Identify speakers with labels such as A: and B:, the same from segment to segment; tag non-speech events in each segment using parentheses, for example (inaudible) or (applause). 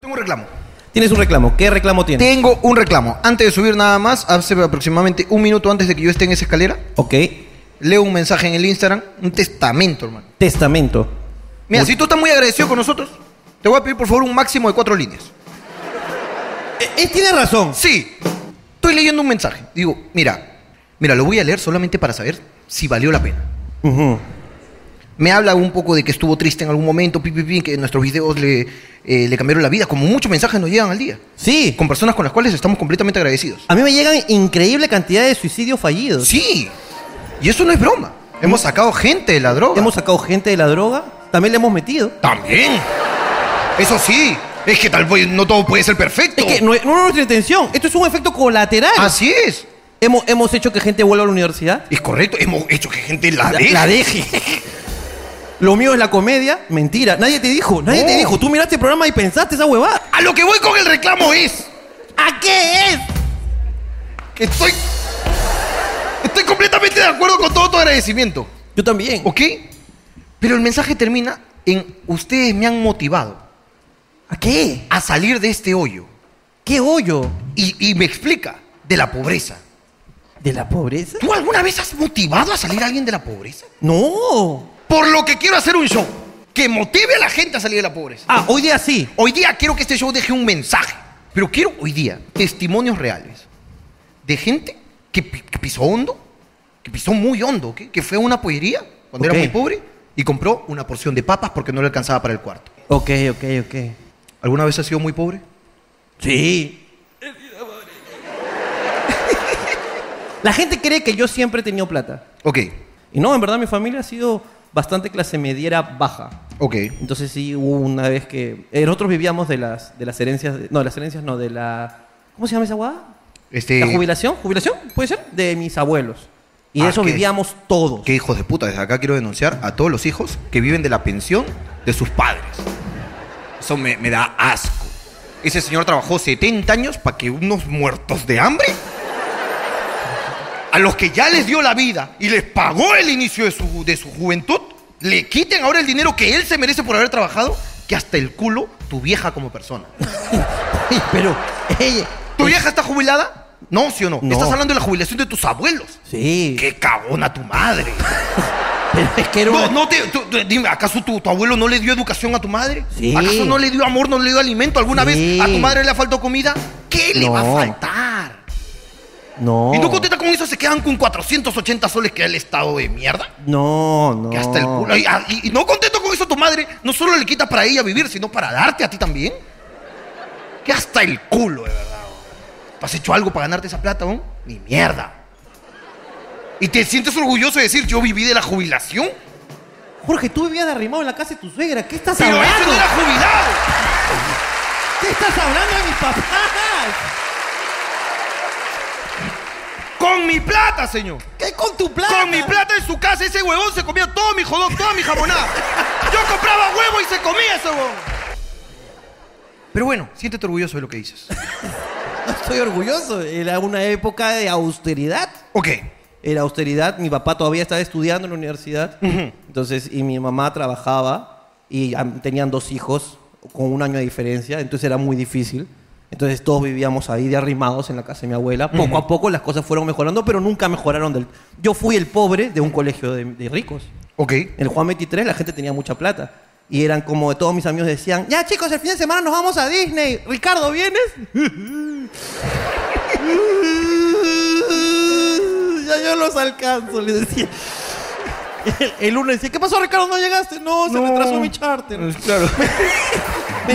A: Tengo un reclamo.
B: Tienes un reclamo. ¿Qué reclamo tienes?
A: Tengo un reclamo. Antes de subir nada más, hace aproximadamente un minuto antes de que yo esté en esa escalera,
B: Ok.
A: leo un mensaje en el Instagram, un testamento, hermano.
B: Testamento.
A: Mira,
B: Uy.
A: si tú estás muy agradecido con nosotros, te voy a pedir por favor un máximo de cuatro líneas.
B: Eh, Él tiene razón.
A: Sí, estoy leyendo un mensaje. Digo, mira, mira, lo voy a leer solamente para saber si valió la pena.
B: Ujú.
A: Me habla un poco de que estuvo triste en algún momento, pi, pi, pi, que nuestros videos le, eh, le cambiaron la vida, como muchos mensajes nos llegan al día,
B: Sí.
A: con personas con las cuales estamos completamente agradecidos.
B: A mí me llegan increíble cantidad de suicidios fallidos.
A: Sí, y eso no es broma. Hemos sacado gente de la droga.
B: Hemos sacado gente de la droga. También le hemos metido.
A: También. Eso sí, es que tal vez no todo puede ser perfecto.
B: Es que no, es- no es nuestra intención. Esto es un efecto colateral.
A: Así es.
B: Hemos, hemos hecho que gente vuelva a la universidad.
A: Es correcto, hemos hecho que gente la,
B: La,
A: deje.
B: la deje. Lo mío es la comedia. Mentira. Nadie te dijo. Nadie
A: No.
B: te dijo. Tú miraste el programa y pensaste esa huevada.
A: A lo que voy con el reclamo es
B: ¿A qué es?
A: que estoy. Estoy completamente de acuerdo con todo tu agradecimiento.
B: Yo también.
A: ¿Ok? Pero el mensaje termina en: Ustedes me han motivado
B: ¿A qué?
A: a salir de este hoyo.
B: ¿Qué hoyo?
A: Y, y me explica: de la pobreza.
B: ¿De la pobreza?
A: ¿Tú alguna vez has motivado a salir a alguien de la pobreza?
B: No.
A: Por lo que quiero hacer un show que motive a la gente a salir de la pobreza.
B: Ah, hoy día sí.
A: Hoy día quiero que este show deje un mensaje. Pero quiero hoy día testimonios reales de gente que, pi- que pisó hondo, que pisó muy hondo, ¿ok? que fue a una pollería cuando
B: Ok.
A: era muy pobre y compró una porción de papas porque no le alcanzaba para el cuarto.
B: Ok, ok, ok.
A: ¿Alguna vez has sido muy pobre?
B: Sí. La gente cree que yo siempre he tenido plata.
A: Ok,
B: Y no, en verdad mi familia ha sido bastante clase mediera baja.
A: ok.
B: Entonces sí hubo una vez que eh, nosotros vivíamos de las de las herencias, de- no, de las herencias no, de la ¿Cómo se llama esa guada?
A: Este,
B: La jubilación, jubilación, puede ser, de mis abuelos. Y de
A: Ah,
B: eso
A: ¿qué?
B: vivíamos todos.
A: Qué hijos de puta, desde acá quiero denunciar a todos los hijos que viven de la pensión de sus padres. Eso me, me da asco. Ese señor trabajó 70 años para que unos muertos de hambre, a los que ya les dio la vida y les pagó el inicio de su, de su juventud, le quiten ahora el dinero que él se merece por haber trabajado, que hasta el culo tu vieja como persona.
B: (laughs) Ay, Pero ella-
A: ¿Tu vieja está jubilada? No, sí o no.
B: No.
A: Estás hablando de la jubilación de tus abuelos.
B: Sí,
A: ¡Qué cagona tu madre!
B: (laughs) pero es que era
A: No,
B: una-
A: no te, tú- tú- dime, ¿acaso tu, tu abuelo no le dio educación a tu madre?
B: Sí.
A: ¿Acaso no le dio amor, no le dio alimento? ¿Alguna
B: Sí.
A: vez a tu madre le ha faltado comida? ¿Qué le va a
B: No.
A: faltar?
B: no.
A: Y tú contenta con eso, se quedan con 480 soles que es el estado de mierda.
B: No, no.
A: Que hasta el culo. Y, ah, y- y no contento con eso, tu madre no solo le quita para ella vivir, sino para darte a ti también. Que hasta el culo, de verdad. weón. ¿Has hecho algo para ganarte esa plata, weón? Ni (laughs) mierda. ¿Y te sientes orgulloso de decir yo viví de la jubilación?
B: Jorge, tú vivías arrimado en la casa de tu suegra. ¿Qué estás
A: Pero eso
B: hablando?
A: no era jubilado.
B: ¿Qué estás hablando de mis papás?
A: Con mi plata, señor.
B: ¿Qué con tu plata?
A: Con mi plata en su casa, ese huevón se comía todo mi jodón, toda mi jamonada. Yo compraba huevo y se comía ese huevón. Pero bueno, siéntete orgulloso de lo que dices.
B: No (laughs) Estoy orgulloso. Era una época de austeridad.
A: Ok.
B: Era austeridad. Mi papá todavía estaba estudiando en la universidad. Entonces, y mi mamá trabajaba y am, tenían dos hijos con un año de diferencia. Entonces era muy difícil. Entonces todos vivíamos ahí de arrimados en la casa de mi abuela. Poco a poco las cosas fueron mejorando, pero nunca mejoraron del... Yo fui el pobre de un colegio de- de ricos.
A: Ok.
B: En el Juan 23 la gente tenía mucha plata. Y eran como todos mis amigos decían, ya chicos, el fin de semana nos vamos a Disney. Ricardo, ¿vienes? (laughs) ya yo los alcanzo, le decía. El, el lunes decía, ¿qué pasó Ricardo? ¿No llegaste? No, se
A: No.
B: retrasó mi charter. (laughs) Claro.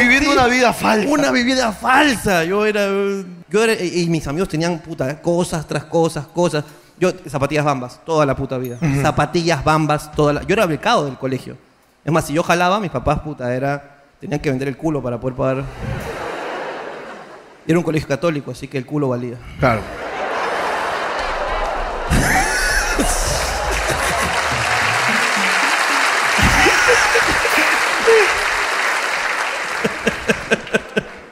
A: Viviendo una vida falsa.
B: Una vida falsa. Yo era... eh, Yo era- y y mis amigos tenían puta ¿eh? cosas tras cosas, cosas. Yo, zapatillas bambas, toda la puta vida. Zapatillas bambas, toda la... Yo era becado del colegio. Es más, si yo jalaba, mis papás, puta, era... Tenían que vender el culo para poder pagar... Era un colegio católico, así que el culo valía.
A: Claro.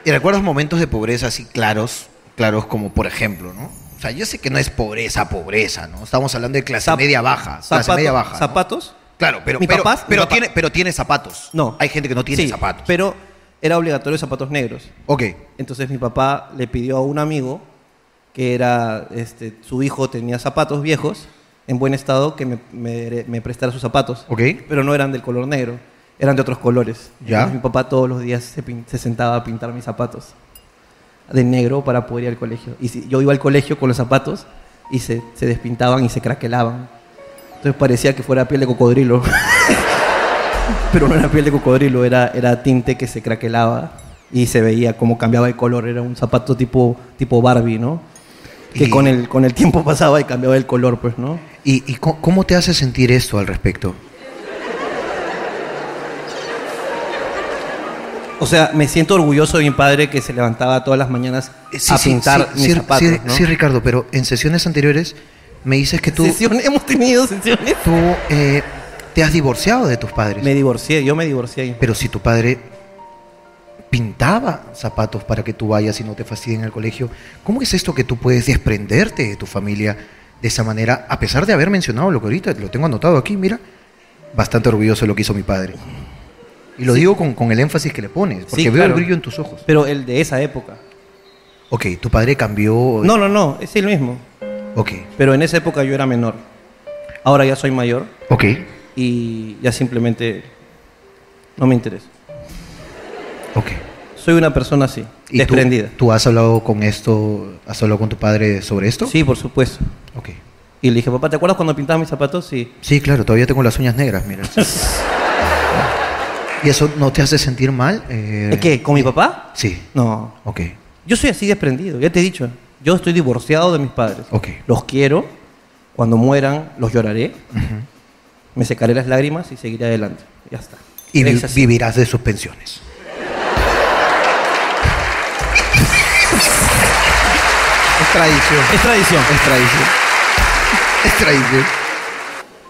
A: ¿Y recuerdas momentos de pobreza así claros? Claros como, por ejemplo, ¿no? O sea, yo sé que no es pobreza, pobreza, ¿no? Estamos hablando de clase
B: Zap-
A: media baja. clase
B: zapato-
A: media baja. ¿no?
B: ¿Zapatos?
A: Claro, pero,
B: ¿Mi
A: pero,
B: papás? Mi
A: pero
B: papá.
A: tiene, pero tiene zapatos.
B: No.
A: Hay gente que no tiene
B: Sí,
A: zapatos.
B: Pero era obligatorio zapatos negros.
A: Ok.
B: Entonces mi papá le pidió a un amigo que era, este, su hijo tenía zapatos viejos, en buen estado, que me, me- me prestara sus zapatos.
A: Ok.
B: Pero no eran del color negro, eran de otros colores.
A: Ya.
B: Entonces, mi papá todos los días se, pin- se sentaba a pintar mis zapatos de negro para poder ir al colegio. Y si- yo iba al colegio con los zapatos y se, se despintaban y se craquelaban. Entonces parecía que fuera piel de cocodrilo. (laughs) Pero no era piel de cocodrilo, era, era tinte que se craquelaba y se veía cómo cambiaba de color. Era un zapato tipo, tipo Barbie, ¿no? Que
A: Y-
B: con, el, con el tiempo pasaba y cambiaba el color, pues, ¿no?
A: ¿Y, y co- cómo te hace sentir esto al respecto?
B: O sea, me siento orgulloso de mi padre que se levantaba todas las mañanas a pintar mis
A: Eh, sí,
B: zapatos,
A: sí,
B: ¿no?
A: sí, Ricardo, pero en sesiones anteriores me dices que tú,
B: Sesiones- hemos tenido sesiones.
A: tú eh, te has divorciado de tus padres.
B: Me divorcié, yo me divorcié.
A: Pero si tu padre pintaba zapatos para que tú vayas y no te fastidien al colegio, ¿cómo es esto que tú puedes desprenderte de tu familia de esa manera, a pesar de haber mencionado lo que ahorita lo tengo anotado aquí, mira, bastante orgulloso de lo que hizo mi padre. Y lo digo con, con el énfasis que le pones, porque
B: Sí,
A: veo el
B: claro.
A: brillo en tus ojos.
B: Pero el de esa época.
A: Ok, tu padre cambió.
B: No, no, no, es el mismo.
A: Ok,
B: Pero en esa época yo era menor. Ahora ya soy mayor
A: ok.
B: y ya simplemente no me interesa.
A: Ok.
B: Soy una persona así,
A: ¿Y tú-
B: desprendida.
A: Tú, has hablado con esto, has hablado con tu padre sobre esto?
B: Sí, por supuesto.
A: Ok.
B: Y le dije, papá, ¿te acuerdas cuando pintaba mis zapatos? Sí.
A: Sí, claro, todavía tengo las uñas negras,
B: (laughs)
A: mira. ¿Y eso no te hace sentir mal? Eh,
B: ¿Es que con mi papá?
A: Sí.
B: No.
A: Ok.
B: Yo soy así desprendido, ya te he dicho. Yo estoy divorciado de mis padres.
A: Ok.
B: Los quiero. Cuando mueran, los lloraré. Me secaré las lágrimas y seguiré adelante. Ya está.
A: Y vi-
B: Es así.
A: vivirás de sus pensiones. es tradición.
B: Es tradición.
A: Es tradición. Es tradición.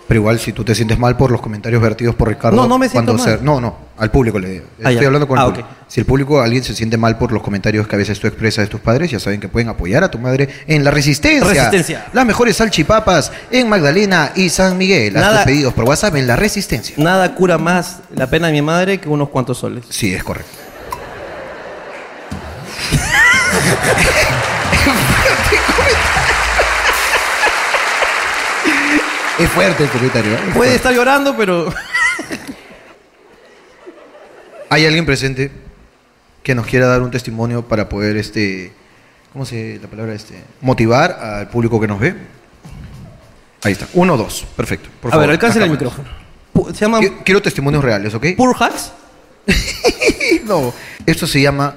A: Pero igual, si tú te sientes mal por los comentarios vertidos por Ricardo.
B: No, no me siento
A: cuando
B: mal.
A: se- no, no, al público le digo.
B: Ah,
A: Estoy
B: ya.
A: hablando con el
B: Ah,
A: público.
B: ok.
A: Si el público, alguien se siente mal por los comentarios que a veces tú expresas de tus padres, ya saben que pueden apoyar a tu madre en La Resistencia.
B: Resistencia.
A: Las mejores salchipapas en Magdalena y San Miguel. Haz
B: Nada-
A: tus pedidos por WhatsApp en La Resistencia.
B: Nada cura más la pena de mi madre que unos cuantos soles.
A: Sí, es correcto. es fuerte el comentario. ¿eh? Es
B: Puede
A: fuerte.
B: estar llorando, pero
A: ¿Hay alguien presente que nos quiera dar un testimonio para poder, este, (laughs) ¿cómo se la palabra? Este, motivar al público que nos ve. Ahí está. Uno, dos. Perfecto. Por
B: a ver,
A: favor,
B: alcáncele el
A: las cámaras.
B: micrófono. Pu- Se llama
A: Qui- Quiero testimonios reales, ¿ok?
B: Poor Hacks.
A: (laughs) No. Esto se llama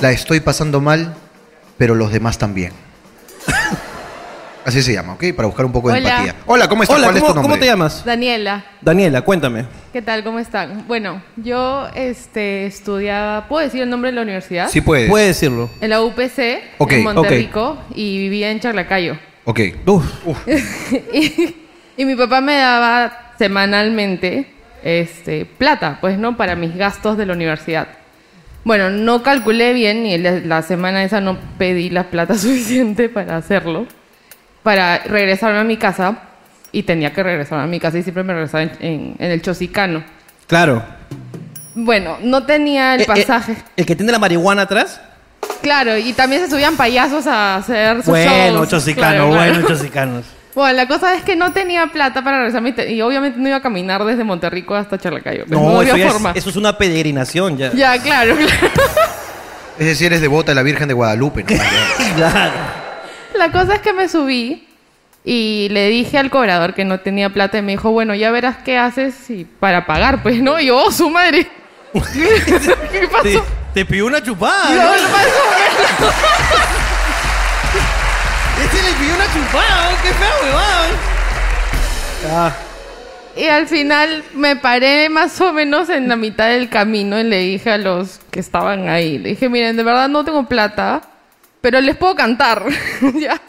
A: La estoy pasando mal, pero los demás también. (laughs) Así se llama, ¿ok? Para buscar un poco de
C: Hola.
A: empatía. Hola, ¿cómo estás?
B: Hola,
A: ¿Cuál es
B: ¿cómo,
A: tu nombre?
B: cómo te llamas?
C: Daniela,
B: Daniela, cuéntame.
C: ¿qué tal? ¿Cómo están? Bueno, yo este, estudiaba, ¿puedo decir el nombre de la universidad?
A: Sí puedes.
B: Puede decirlo.
C: En la UPC,
A: Ok,
C: en
A: ok.
C: Monterrico, y vivía en Charlacayo.
A: Ok.
B: Uf.
C: (laughs) y, y mi papá me daba semanalmente este, plata, pues, ¿no? Para mis gastos de la universidad. Bueno, no calculé bien y la, la semana esa no pedí la plata (laughs) suficiente para hacerlo, para regresarme a mi casa y tenía que regresarme a mi casa y siempre me regresaba en, en- en el Chosicano.
B: Claro.
C: Bueno, no tenía
B: Eh,
C: el
B: eh,
C: pasaje.
B: ¿El que tiene la marihuana atrás?
C: Claro, y también se subían payasos a hacer sus
B: Bueno,
C: shows.
B: chosicano,
C: Claro, claro. (laughs)
B: bueno, chosicanos.
C: Bueno, la cosa es que no tenía plata para regresar a mi te- y obviamente no iba a caminar desde Monterrico hasta Charlacayo. pues,
B: No, eso,
C: había
B: ya es-
C: forma.
B: eso es una peregrinación ya.
C: Ya, claro, claro.
A: Es decir, eres devota de la Virgen
C: (laughs)
A: de Guadalupe. ¿no?
B: Claro.
C: La cosa es que me subí y le dije al cobrador que no tenía plata y me dijo, bueno, ya verás qué haces y (laughs) para pagar, pues, ¿no? Y yo, oh, su
B: (laughs)
C: madre. ¿Qué pasó?
B: Te, te pidió una
C: No,
B: chupada.
C: no pasó.
B: Este le pidió una chupada, ¿eh? qué feo, ¿eh? huevón.
A: (laughs)
C: Y al final me paré más o menos en la mitad del camino y le dije a los que estaban ahí, le dije, miren, de verdad no tengo plata, pero les puedo cantar. (laughs) ya.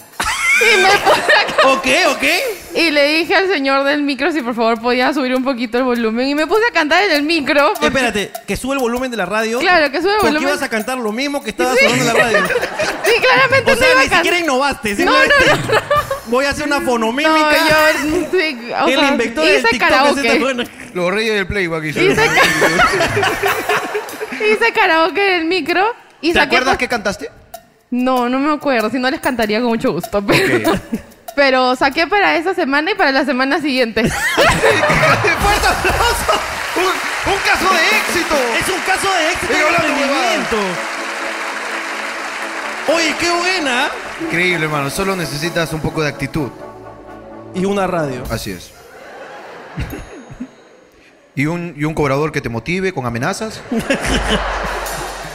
C: Y, me puse a
B: Ok, ok.
C: ca- y le dije al señor del micro si por favor podía subir un poquito el volumen y me puse a cantar en el micro. porque-
B: Eh, Espérate, que sube el volumen de la radio.
C: Claro, que sube el
B: Porque
C: volumen.
B: ibas a cantar lo mismo que estaba sonando en la radio.
C: Sí, (laughs) claramente no
B: O
C: iba
B: sea,
C: a
B: ni siquiera
C: cantar.
B: innovaste.
C: No,
B: simplemente Voy a hacer una fonomímica.
C: No, yo sí, o
B: el
C: sea,
B: inventor del
C: hice
B: TikTok es esta
C: karaoke.
B: buena.
A: Los reyes del playback.
C: Hice, ca- (laughs) Hice karaoke en el micro y
D: ¿Te
C: saqué.
D: acuerdas qué cantaste?
C: No, no me acuerdo. Si no les cantaría con mucho gusto, pero.
D: Ok.
C: Pero saqué para esa semana y para la semana
D: (laughs)
C: siguiente.
D: ¡Fuerte aplauso! ¡Un, un caso de éxito!
B: Es un caso de éxito
D: Pero
B: de
D: hablando
B: emprendimiento. Oye, qué buena.
A: Increíble, hermano. Solo necesitas un poco de actitud.
B: Y una radio.
A: Así es. Y un, y un cobrador que te motive con amenazas.
B: (laughs)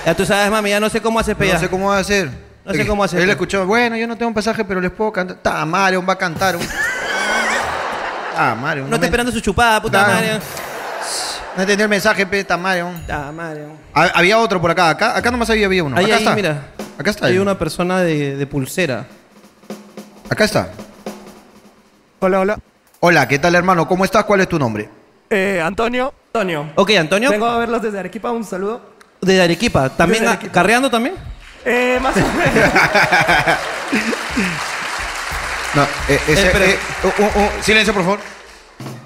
B: Ya tú sabes, mami, ya no sé cómo haces
A: No
B: pelear.
A: sé cómo va a hacer.
B: No sé cómo hacer.
A: Él escuchó, bueno, yo no tengo un pasaje, pero les puedo cantar. Ta madre, aún va a cantar. aún. Ah, Mario.
B: (laughs) No está esperando su chupada, puta
A: Claro.
B: madre.
A: No entendí el mensaje, pe, ta madre. aún.
B: Puta madre.
A: Ha- Había otro por acá. Acá, acá nomás había, había uno.
B: Ahí,
A: acá
B: ahí,
A: está.
B: mira.
A: Acá está.
B: Hay una persona de, de pulsera.
A: Acá está.
E: Hola, hola.
A: Hola, ¿qué tal, hermano? ¿Cómo estás? ¿Cuál es tu nombre?
E: Eh, Antonio. Antonio.
B: Ok, Antonio.
E: Vengo a verlos desde Arequipa, un saludo.
B: De Arequipa. ¿También
E: Desde
B: a-
E: Arequipa.
B: carreando también?
E: Eh, más
B: (laughs)
E: o menos.
A: No, eh, ese-
B: Eh, espera.
A: eh, un- un- un- silencio, por favor.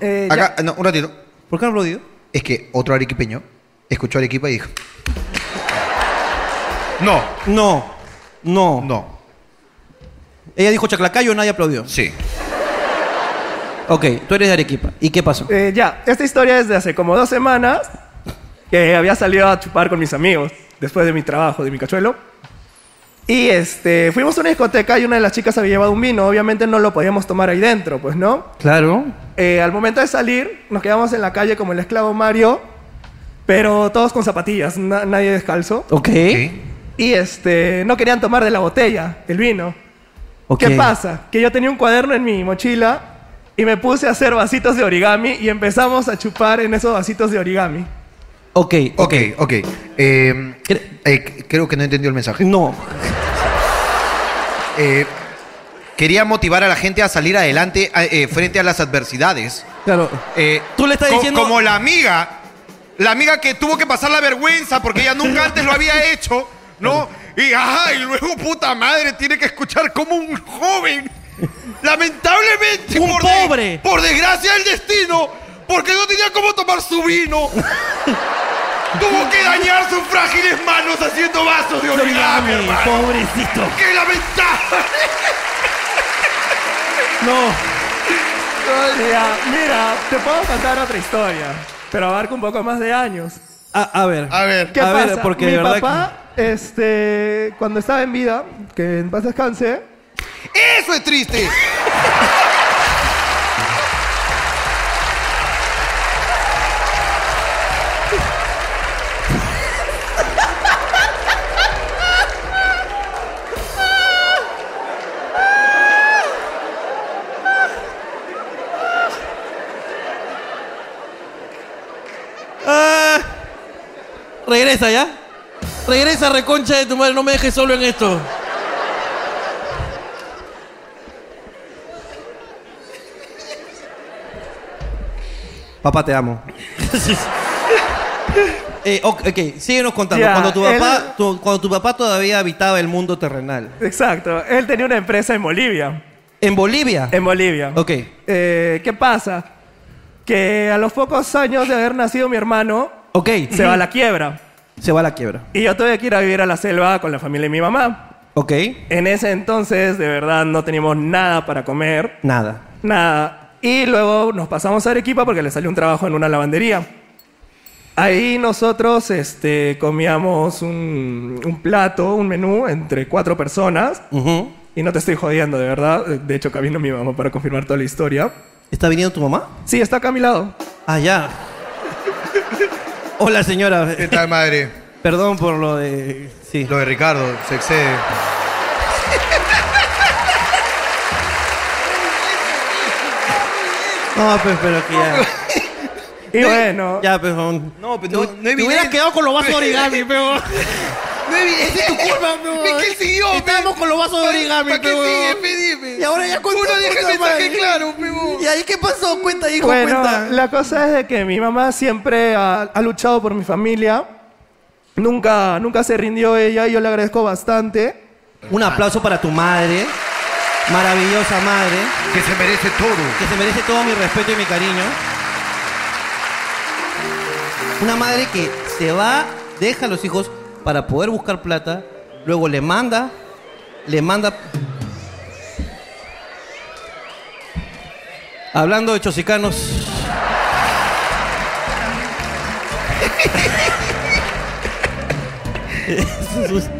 E: Eh, ya.
A: Acá, no, un ratito.
B: ¿Por qué no aplaudido?
A: Es que otro arequipeño escuchó Arequipa y dijo... No,
B: No. No.
A: no,
B: Ella dijo chaclacayo, nadie aplaudió.
A: sí.
B: Ok, tú eres de Arequipa. ¿Y qué pasó?
E: Eh, ya. Esta historia es de hace como dos semanas que había salido a chupar con mis amigos después de mi trabajo, de mi cachuelo. Y este, fuimos a una discoteca y una de las chicas había llevado un vino. Obviamente no lo podíamos tomar ahí dentro, pues, ¿no?
B: Claro.
E: Eh, al momento de salir, nos quedamos en la calle como el esclavo Mario, pero todos con zapatillas, na- nadie descalzo.
B: Ok.
E: Y este, no querían tomar de la botella el vino.
B: ok.
E: ¿Qué pasa? Que yo tenía un cuaderno en mi mochila y me puse a hacer vasitos de origami y empezamos a chupar en esos vasitos de origami.
B: Ok,
A: Ok, ok. Eh,
B: Cre-
A: eh, c- creo que no entendió el mensaje.
B: No.
A: (laughs) Eh, quería motivar a la gente a salir adelante a- eh, frente a las adversidades.
B: Claro.
A: Eh,
B: Tú le estás
A: co-
B: diciendo-
A: Como la amiga, la amiga que tuvo que pasar la vergüenza porque ella
B: (laughs)
A: nunca antes lo había hecho, ¿no? Y, ajá, y luego, puta madre, tiene que escuchar como un joven, lamentablemente,
B: Un
A: por
B: pobre.
A: por desgracia del destino, porque no tenía cómo tomar su
B: (laughs)
A: vino. Tuvo que dañar sus frágiles manos haciendo vasos de origami, hermano.
B: pobrecito.
A: ¡Qué lamentable!
B: No.
E: Mira, mira, te puedo contar otra historia, pero abarca un poco más de años.
B: A, a ver.
A: A ver.
E: ¿Qué
B: A ver,
E: pasa?
B: porque
E: mi
B: de verdad
E: papá, este, cuando estaba en vida, que en paz descanse,
A: ¡Eso es triste!
B: Ah. regresa ya. Regresa, reconcha de tu madre. No me dejes solo en esto. Papá, te amo. (laughs) Eh, ok, ok, síguenos contando.
E: Ya,
B: cuando, tu
E: él-
B: papá, tu- cuando tu papá todavía habitaba el mundo terrenal.
E: exacto, él tenía una empresa en Bolivia.
B: En Bolivia.
E: En Bolivia.
B: Ok.
E: Eh, ¿Qué pasa? Que a los pocos años de haber nacido mi hermano,
B: Ok.
E: se va a la quiebra.
B: Se va a la quiebra.
E: Y yo tuve que ir a vivir a la selva con la familia de mi mamá.
B: Ok.
E: En ese entonces, de verdad, no teníamos nada para comer,
B: Nada.
E: nada. Y luego nos pasamos a Arequipa porque le salió un trabajo en una lavandería. Ahí nosotros este, comíamos un, un plato, un menú entre cuatro personas.
B: Ujú.
E: Y no te estoy jodiendo, de verdad. De hecho, acá vino mi mamá para confirmar toda la historia.
B: ¿Está viniendo tu mamá?
E: Sí, está acá a mi lado.
B: Ah, ya. Hola, señora.
A: ¿Qué tal, madre?
B: Perdón por lo de. Sí.
A: Lo de Ricardo, se excede.
B: (laughs) No, pues, pero que ya.
E: Y bueno,
B: Ya, pues, un-
D: No, pero no, no
B: Te hubieras quedado con los vasos de
D: (laughs)
B: origami, pero.
D: No evidencia (laughs) tu
B: culpa, pe, huevón.
D: ¿Qué él siguió? pe.
B: Estábamos con los vasos de origami,
D: E ¿Para qué
B: pe, huevón.
D: sigue, pe, dime?
B: Y ahora ya contó,
D: Uno deja el
B: puta
D: mensaje
B: madre.
D: claro, pe, huevón.
B: ¿Y ahí qué pasó? Cuenta, hijo,
E: bueno
B: cuenta.
E: la cosa es de que mi mamá siempre ha, ha luchado por mi familia. Nunca, nunca se rindió ella y yo le agradezco bastante.
B: Un aplauso para tu madre. Maravillosa madre.
A: Que se merece todo.
B: Que se merece todo mi respeto y mi cariño. Una madre que se va deja a los hijos para poder buscar plata, luego le manda, le manda... Hablando de chosicanos,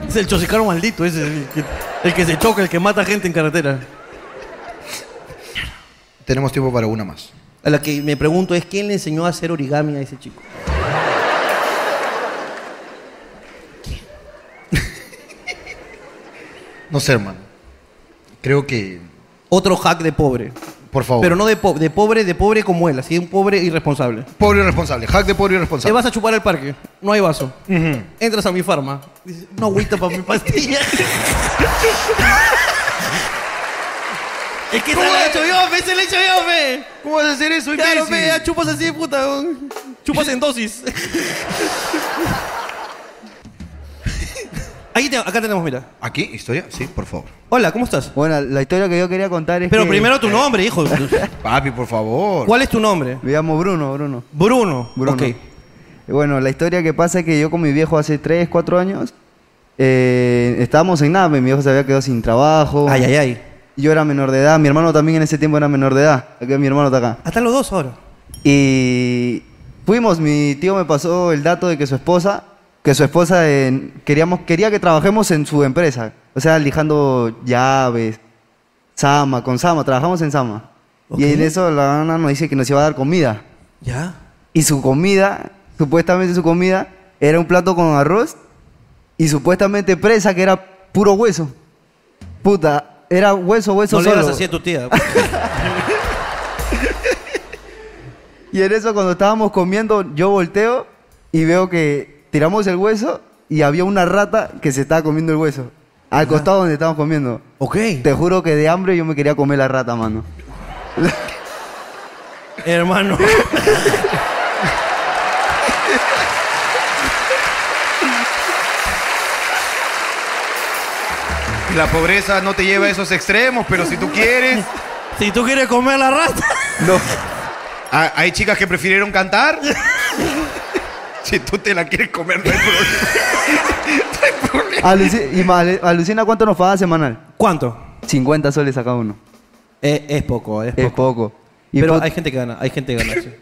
B: es el chosicano maldito, ese, el que, el que se choca, el que mata gente en carretera.
A: Tenemos tiempo para una más.
B: A la que me pregunto es quién le enseñó a hacer origami a ese chico.
A: No sé, hermano. Creo que.
B: Otro hack de pobre.
A: Por favor.
B: Pero no de pobre, de pobre, de pobre como él, así un pobre irresponsable.
A: Pobre irresponsable. Hack de pobre
B: Te
A: irresponsable.
B: vas a chupar al parque, no hay vaso. Entras a mi farma, dices, no agüita para mi pastilla. (laughs) es (laughs) que se lo he hecho yo, fe, se lo he hecho yo, fe.
A: ¿Cómo vas a hacer eso,
B: Claro,
A: imbécil?
B: fe, ya chupas así de puta, weón. chupas en dosis. (laughs) Ahí te- acá tenemos, mira.
A: ¿Aquí? ¿Historia? Sí, por favor.
B: Hola, ¿cómo estás?
F: Bueno, la historia que yo quería contar es
B: Pero
F: que-
B: primero tu nombre, (laughs) hijo.
A: Papi, por favor.
B: ¿Cuál es tu nombre?
F: Me llamo Bruno, Bruno.
B: Bruno.
F: Bruno.
B: Ok.
F: Y Bueno, la historia que pasa es que yo con mi viejo hace 3, 4 años eh, estábamos en nada, mi viejo se había quedado sin trabajo.
B: Ay, ay, ay.
F: Yo era menor de edad, mi hermano también en ese tiempo era menor de edad. Acá mi hermano está acá.
B: Hasta los dos ahora.
F: Y fuimos, mi tío me pasó el dato de que su esposa, que su esposa en- queríamos, quería que trabajemos en su empresa. O sea, lijando llaves, Sama, con Sama, trabajamos en Sama.
B: Ok.
F: Y en eso la nana nos dice que nos iba a dar comida.
B: ¿Ya?
F: Y su comida, supuestamente su comida, era un plato con arroz y supuestamente presa que era puro hueso. Puta, era hueso, hueso
B: No le
F: solo.
B: hagas así a tu tía.
F: Y en eso cuando estábamos comiendo, yo volteo y veo que tiramos el hueso y había una rata que se estaba comiendo el hueso. Al costado donde estábamos comiendo.
B: ok.
F: Te juro que de hambre yo me quería comer la rata, mano.
A: (laughs)
B: Hermano.
D: La pobreza no te lleva a esos extremos, pero si tú quieres.
B: (laughs) Si tú quieres comer la rata. (laughs)
D: No. Ah, Hay chicas que prefirieron cantar. Si tú te la quieres comer, no hay problema.
F: (laughs) Aluci- y ma- alucina cuánto nos pagaba semanal.
B: ¿Cuánto?
F: 50 soles a cada uno.
B: Es, es poco, es poco.
F: Es poco. Y
B: Pero
A: pues-
F: put-
B: hay gente que gana, hay gente que gana. sí.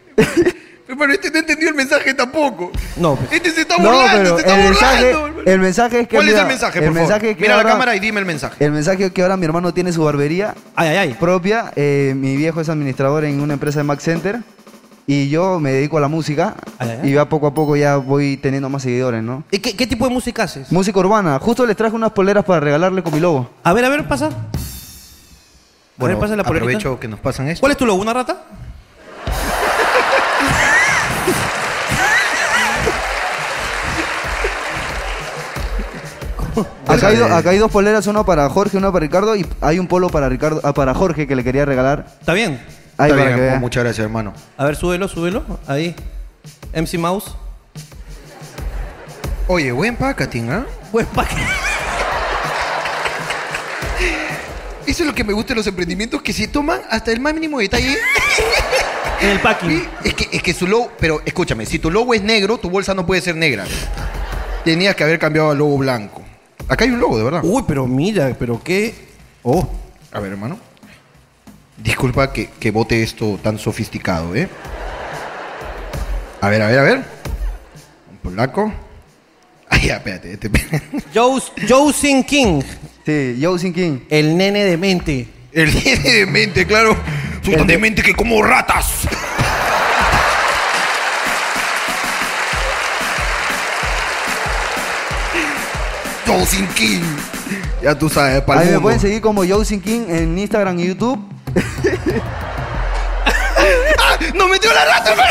D: Pero este no entendió el mensaje tampoco.
B: No, pues.
D: Este se está
F: No,
D: burlando,
F: pero
D: se está
F: el mensaje,
D: burlando.
F: el mensaje es que
D: ¿Cuál es
F: mira,
D: el mensaje,
F: el
D: por
F: mensaje es
D: favor?
F: que
D: Mira
F: ahora-
D: la cámara y dime el mensaje.
F: El mensaje es que ahora mi hermano tiene su barbería
B: Ay, ay, ay.
F: propia. eh, mi viejo es administrador en una empresa de Mac Center. Y yo me dedico a la música.
B: Ah, ya, ya.
F: Y ya poco a poco ya voy teniendo más seguidores, ¿no?
B: ¿Y qué, qué tipo de música haces?
F: Música urbana. Justo les traje unas poleras para regalarle con mi logo.
B: A ver, a ver, pasa. a
A: Bueno,
B: ver, pasa la polerita.
A: aprovecho que nos pasan esto.
B: ¿Cuál es tu logo? ¿Una rata?
F: Acá hay, do-
A: eh.
F: acá hay dos poleras, una para Jorge, una para Ricardo. Y hay un polo para, Ricardo, ah, para Jorge que le quería regalar.
B: Está bien.
F: Ahí
A: Está
F: para
A: bien,
F: que vea.
A: muchas gracias, hermano.
B: A ver, súbelo, súbelo. Ahí. MC Mouse.
A: Oye, buen packaging, ¿ah?
B: Buen paquete.
A: Eso es lo que me gusta de los emprendimientos, que se toman hasta el más mínimo detalle.
B: En el packing.
A: es, que, es que su logo, pero escúchame, si tu logo es negro, tu bolsa no puede ser negra. Tenías que haber cambiado al logo blanco. Acá hay un logo, de verdad.
B: Uy, pero mira, pero qué. Oh.
A: A ver, hermano. Disculpa que, que bote esto tan sofisticado, ¿eh? A ver, a ver, a ver. Un polaco. (laughs) Ay, ya, espérate. este- (laughs)
B: Jous- Jousin King.
F: Sí, Yosin King.
B: El nene de mente.
A: El (laughs) nene de mente, claro. Soy tan demente que como ratas. Tosin King. Ya tú sabes, para
F: Ahí
A: el
F: me pueden
A: mundo.
F: seguir como Yosin King en Instagram y YouTube.
A: ¡Ah! ¡Nos metió la rata! hermano!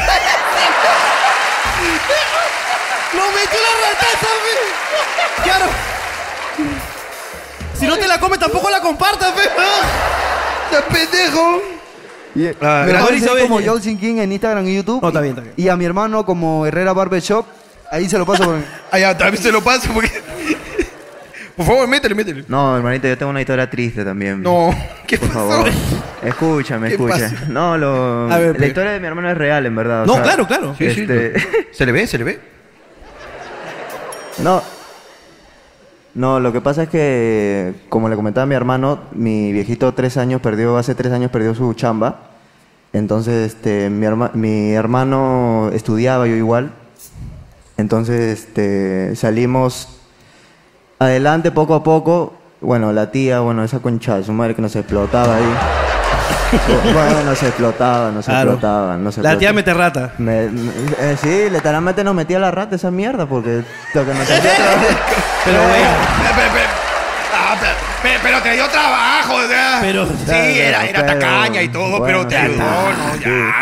B: ¡Lo metió la rataza, fe! ¡Claro! Si no te la comes, tampoco la compartas, fe.
A: ¡Está pendejo!
F: Y-
A: Ah,
F: me
B: gracias.
F: pueden seguir como
B: Mauricio
F: Yosin King en Instagram y YouTube.
B: No, está bien, está bien.
F: Y a mi hermano como Herrera Barbershop. Ahí se lo paso por...
D: Ah,
A: Allá, también se lo paso porque. Por favor, métele, métele.
G: No, hermanito, yo tengo una historia triste también.
A: No, ¿qué
G: Por
A: pasó?
G: favor. Escúchame,
A: ¿Qué
G: escucha.
A: pasó?
G: No, lo...
B: A ver,
G: la
B: pues.
G: historia de mi hermano es real, en verdad. o este
B: No,
G: sea,
B: claro, claro.
A: Sí, sí,
G: este,
A: ¿Se le ve? ¿Se le ve?
G: No. No, lo que pasa es que, como le comentaba a mi hermano, mi viejito tres años perdió, hace tres años perdió su chamba. Entonces, este, mi, herma- mi hermano estudiaba, yo igual. Entonces, este, salimos adelante poco a poco. Bueno, la tía, bueno, esa concha de su madre que nos
D: (laughs)
G: explotaba ahí. bueno, nos explotaba, nos
B: Claro.
G: explotaba, nos
B: La tía
G: explotaba.
B: mete rata.
G: Me- me- eh, sí, literalmente nos metía la rata esa mierda porque
D: (laughs)
G: lo que nos hacía tra-
B: Pero bueno,
D: Pe- pe- pe- ah, pe- pe- pero te dio trabajo, o sea.
B: Pero-
D: sí,
G: Claro,
D: era, era
G: pero-
D: tacaña y todo, pero
G: bueno,
D: te
G: sí.
D: ayudó, ¿no?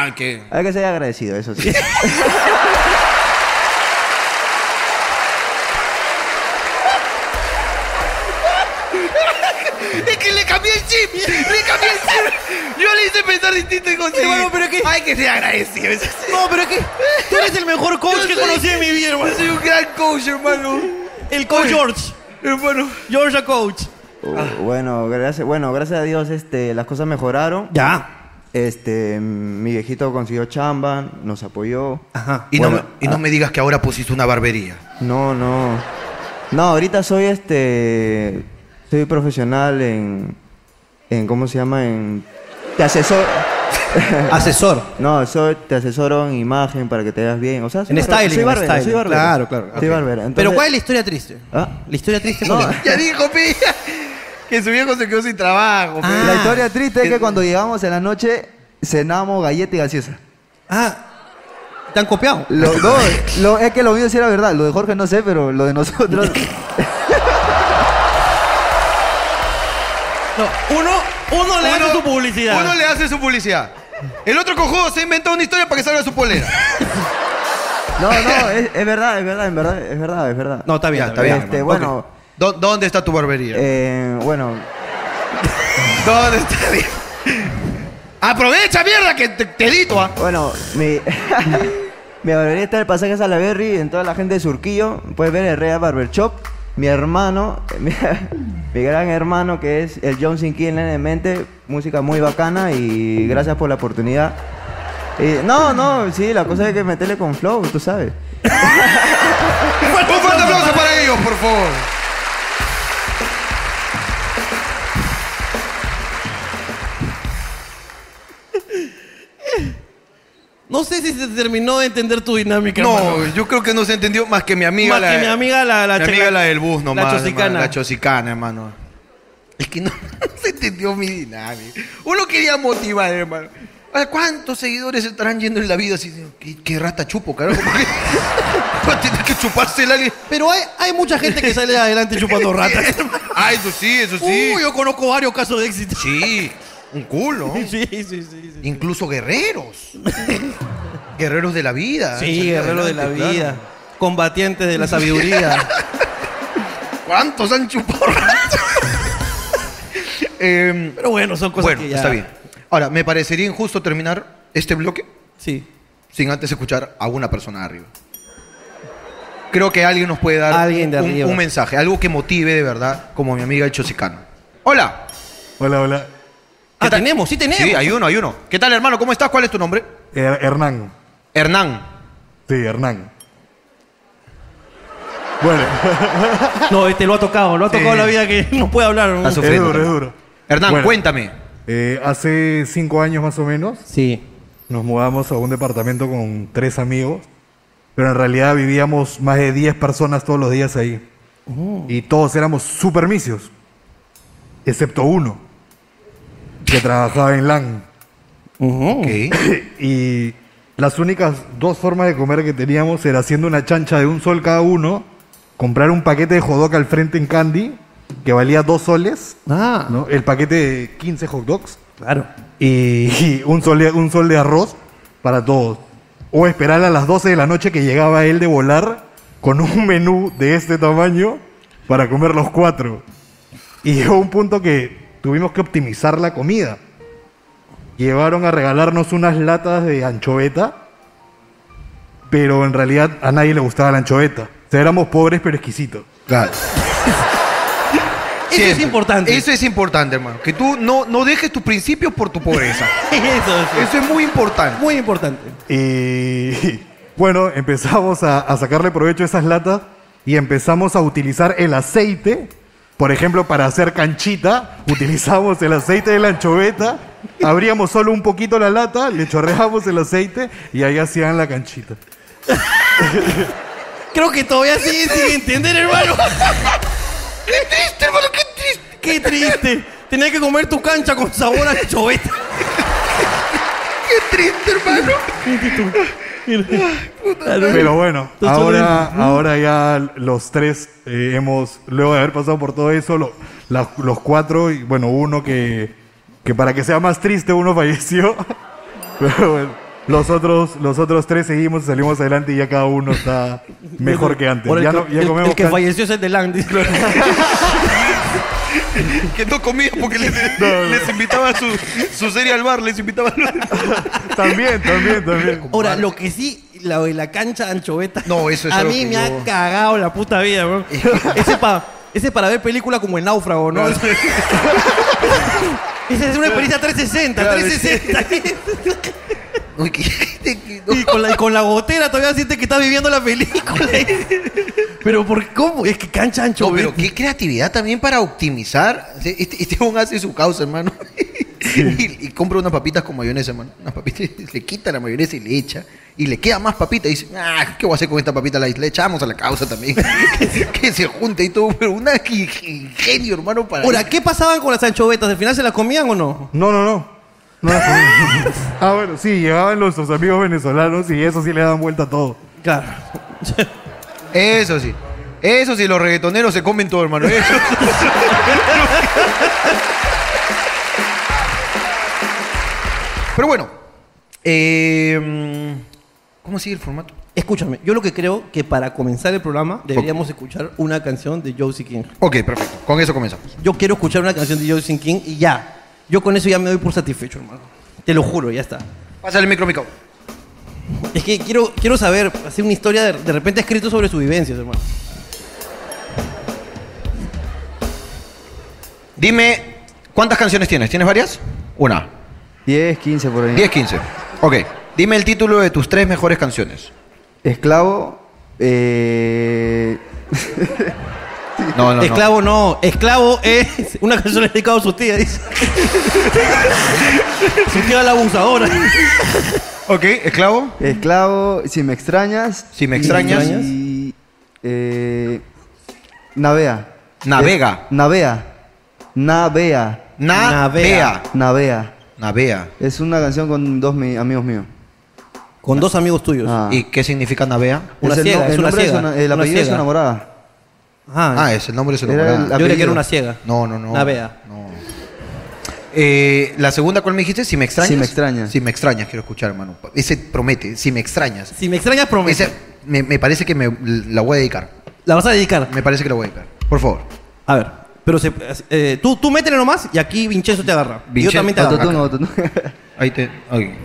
D: Ya, que.
G: Hay que ser agradecido,
D: (laughs)
G: eso sí.
A: (laughs) Es que le cambié el chip, le cambié el chip. Yo le hice pensar distinto y conseguí.
B: Hermano, pero que-
A: Hay que ser agradecido. es así.
B: no, pero es que tú eres el mejor coach que conocí en mi vida, hermano.
A: Yo soy un gran coach, hermano.
B: El coach George.
A: Hermano.
B: Georgia Coach.
G: Uh, bueno, gracias, bueno, gracias a Dios este, las cosas mejoraron.
B: Ya.
G: Este, mi viejito consiguió chamba, nos apoyó.
B: Ajá. ah.
A: Y, no,
G: Bueno,
A: me- y no me digas que ahora pusiste una barbería.
G: No, no. No, ahorita soy este. Soy profesional en. en ¿Cómo se llama? En. Te asesor. (laughs)
B: Asesor.
G: No, soy, te asesoro en imagen para que te veas bien. O sea, soy
B: En
G: barbe-
B: styling.
G: Soy
B: en
G: barbero,
B: styling.
G: soy barbero.
B: Claro, claro.
G: Soy
B: ok.
G: barbero.
B: Pero
G: Entonces-
B: ¿cuál es la historia triste?
G: ¿Ah?
B: La historia triste cuál
A: (laughs)
B: es?
A: Ya dijo, pilla, (laughs) que su viejo se quedó sin trabajo.
B: Ah.
G: La historia triste es que cuando llegamos en la noche cenamos galleta y gaseosa.
B: Ah. ¿Te han copiado?
G: Lo, no, lo- es que lo mío sí era verdad. Lo de Jorge no sé, pero lo de nosotros.
B: No. Uno, uno le hace su publicidad.
A: Uno le hace su publicidad. El otro cojudo se inventó una historia para que salga su polera.
G: No, no, es, es verdad, es verdad, es verdad, es verdad, es verdad.
B: No, está bien,
A: Ya,
B: está
A: está
B: bien.
G: Este,
B: hermano.
G: bueno,
B: Ok.
A: ¿Dó- ¿Dónde está tu barbería?
G: eh, bueno,
A: ¿Dónde está? Aprovecha, mierda, que te, te edito, ¿ah?
G: bueno, mi. (laughs) mi barbería está en el pasaje Salaberry, en toda la gente de Surquillo. Puedes ver el Real Barber Shop. Mi hermano, (laughs) mi, mi gran hermano que es el John Sin en la mente. Música muy bacana y gracias por la oportunidad. Y- no, no, sí, la cosa es que meterle con flow, tú sabes.
A: (laughs) Un fuerte aplauso para ellos, por favor.
B: No sé si se terminó de entender tu dinámica. hermano.
A: No, yo creo que no se entendió más que mi amiga.
B: Más
A: la,
B: que mi amiga, la- la
A: mi
B: che-
A: amiga,
B: la-
A: la del bus nomás.
B: la
A: hermano,
B: chosicana.
A: la chosicana, hermano. Es que no, (laughs) no se entendió mi dinámica. Uno quería motivar, hermano. Ahora, ¿Cuántos seguidores estarán yendo en la vida así? ¿Qué, qué rata chupo, carajo? ¿Por qué? (laughs) Va a tener que chupársela a alguien.
B: Pero hay, hay mucha gente que sale adelante
A: (laughs)
B: chupando ratas.
A: Ah, eso sí, eso sí.
B: Uy, yo conozco varios casos de éxito.
A: Sí, un culo.
B: (laughs) Sí, sí, sí. sí.
A: Incluso guerreros. guerreros de la vida.
B: Sí,
A: Salido
B: guerrero de la
A: adelante,
B: vida.
A: claro.
B: Combatientes de la sabiduría.
A: ¿Cuántos han chupado rato? Em,
B: Pero bueno, son cosas
A: bueno,
B: que ya...
A: está bien. Ahora, me parecería injusto terminar este bloque
B: Sí.
A: sin antes escuchar a una persona de arriba. Creo que alguien nos puede dar
B: Alguien de
A: un,
B: arriba.
A: un mensaje, algo que motive de verdad, como mi amiga el Chosicano. Hola.
H: Hola, hola.
B: Ah,
A: tal?
B: tenemos, sí tenemos.
A: Sí, hay uno, hay uno. ¿Qué tal, hermano? ¿Cómo estás? ¿Cuál es tu nombre?
H: Eh, Hernán.
A: Hernán.
H: Sí, Hernán. Bueno, (laughs)
B: No, este lo ha tocado, lo ha tocado la vida que (laughs) no puede hablar. ¿no?
A: Está
H: es
A: sufriendo.
H: duro, es duro.
A: Hernán,
H: Bueno.
A: cuéntame.
H: Eh, hace cinco años más o menos
B: Sí.
H: nos mudamos a un departamento con tres amigos, pero en realidad vivíamos más de 10 personas todos los días ahí. Y todos éramos super misios, excepto uno, que trabajaba en LAN.
A: Ok.
H: (coughs) y las únicas dos formas de comer que teníamos era haciendo una chancha de un sol cada uno, comprar un paquete de jodoc al frente en Candy, que valía dos soles,
B: Ah,
H: ¿no? el paquete de 15 hot dogs
B: claro.
H: y, (laughs) y un, sol de, un sol de arroz para todos. O esperar a las 12 de la noche que llegaba él de volar con un (laughs) menú de este tamaño para comer los cuatro. Y llegó un punto que tuvimos que optimizar la comida. Llevaron a regalarnos unas latas de anchoveta, pero en realidad a nadie le gustaba la anchoveta. O sea, éramos pobres pero exquisitos.
A: Claro.
B: Eso es importante.
A: Eso es importante, hermano. Que tú no, no dejes tus principios por tu pobreza.
B: (laughs) Eso sí.
A: Eso es muy importante.
B: Muy importante.
H: (laughs) Y bueno, empezamos a, a sacarle provecho a esas latas y empezamos a utilizar el aceite. Por ejemplo, para hacer canchita, utilizamos el aceite de la anchoveta, abríamos solo un poquito la lata, le chorreábamos el aceite y ahí hacían la canchita.
B: Creo que todavía sigue sin entender, hermano.
A: ¡Qué triste, hermano! ¡Qué triste!
B: Qué triste. Tenías que comer tu cancha con sabor a choveta.
A: ¡Qué triste, hermano!
H: Pero bueno,
B: Tú
H: ahora, ahora ya los tres eh, hemos, luego de haber pasado por todo eso, lo- la- los cuatro, y bueno, uno que, que para que sea más triste, uno (laughs) falleció. Pero bueno, los otros, los otros tres seguimos, salimos adelante y ya cada uno
B: (laughs)
H: está mejor que antes.
B: Ahora el
H: Ya,
B: que-
H: no- ya
B: el-
H: comemos
B: el que
H: can-
B: falleció es el de Landis.
H: (laughs)
D: Que no comía porque les, les invitaba su, su serie al bar, les invitaba.
H: También, también, también.
B: Ahora, lo que sí, la, la cancha de anchoveta.
A: No, eso es
B: A
A: algo
B: mí
A: que
B: me
A: yo-
B: ha cagado la puta
A: (laughs)
B: vida, bro. ese para ese para ver película como El Náufrago, ¿no? (laughs) Esa es una experiencia 360, 360.
A: (laughs) Uy, qué gente que no.
B: Y con la, y con la gotera todavía sientes que estás viviendo
A: (laughs)
B: la película. Pero ¿por qué? cómo? Es que cancha
A: No,
B: anchoveta.
A: pero qué creatividad también para optimizar. Este, (laughs) este huevón hace su causa, hermano. (laughs) Y, y compra unas papitas con mayonesa, hermano. Unas papitas, (laughs) le quita la mayonesa y le echa. Y le queda más papita. Y dice, ah, ¿qué voy a hacer con esta papita? La le echamos a la causa
B: (laughs)
A: también. (laughs) que se junta y todo. Pero una gi- ingenio, hermano, para.
B: Ahora, ¿qué pasaban con las anchovetas? ¿Al final se las comían o no?
H: No, no, no. No las
B: (laughs)
H: comemos. ah, bueno, sí, llegaban nuestros amigos venezolanos y eso sí le dan vuelta a todo.
B: Claro.
A: Eso sí. Eso sí, los reggaetoneros se comen todo, hermano. Eso. Pero bueno. eh, ¿Cómo sigue el formato?
B: Escúchame, yo lo que creo que para comenzar el programa deberíamos escuchar una canción de Josie King.
A: Ok, perfecto. Con eso comenzamos.
B: Yo quiero escuchar una canción de Josie King y ya. Yo con eso ya me doy por satisfecho, hermano. Te lo juro, ya está.
A: Pásale el micro, Mico.
B: Es que quiero, quiero saber, hacer una historia de, de repente escrito sobre sus vivencias, hermano.
A: Dime, ¿cuántas canciones tienes? ¿Tienes varias? Una.
I: 10, 15 por ahí.
A: 10, 15. Ok. Dime el título de tus tres mejores canciones.
I: Esclavo. Eh...
A: No, no, no.
B: esclavo no. esclavo es una canción dedicada a su tía, dice. (laughs) su tía la abusadora.
A: (laughs) Ok, esclavo.
I: Esclavo, si me extrañas.
A: Si me extrañas.
I: Y, eh, navea.
A: Navega.
I: Es- navea. Navea.
A: Navea.
B: Navea.
I: Navea.
A: Navea.
I: Es una canción con dos mi- amigos míos.
B: Con dos amigos tuyos.
I: Ah.
A: ¿Y qué significa navea?
B: Una
I: el
B: ciega,
I: no-
B: es
I: el
B: una
I: nombre de su
B: ciega,
I: na- el
B: una
I: apellido de su
B: ciega.
I: enamorada.
B: Ajá.
A: Ah, es el nombre de su
I: Era
A: enamorada.
I: el
B: yo creía que
I: apellido.
B: era una ciega.
A: No, no, no.
B: Navea.
A: No. Eh, la segunda, ¿cuál me dijiste? Si me extrañas.
I: Si me extrañas.
A: Si me extrañas, quiero escuchar, hermano. Ese promete, si me extrañas.
B: Si me extrañas, promesa.
A: Ese, me, me parece que me, la voy a dedicar.
B: La vas a dedicar.
A: Me parece que la voy a dedicar. Por favor.
B: A ver. Pero se, eh, tú, tú métele nomás y aquí Vincenzo te agarra. Y
A: Vincenzo,
B: Yo
A: ah,
B: también te agarro.
I: Autotune, autotune.
A: Ahí te. ahí.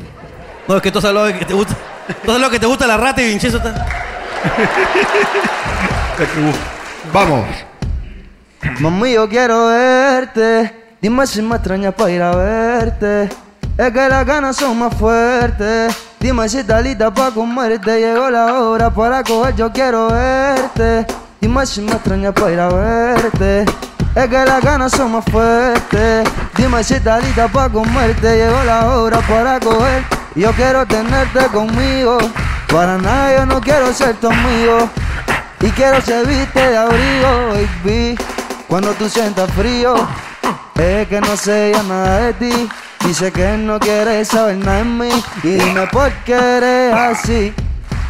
B: No, es que tú has hablado de que te gusta. Tú has hablado que te gusta la rata y Vincenzo está.
A: Vamos.
I: Mami, yo quiero verte. Dime si me extrañas para ir a verte. Es que las ganas son más fuertes. Dime si estás lista para comerte. Llegó la hora para coger, yo quiero verte. Dime si me extrañas para ir a verte. Es que las ganas son más fuertes. Dime si estás lista para comerte. Llegó la hora para coger. Yo quiero tenerte conmigo. Para nada yo no quiero ser tu amigo. Y quiero servirte de abrigo, baby. Cuando tú sientas frío, es que no sé ya nada de ti. Dice que no quieres saber nada de mí. Y dime por qué eres así.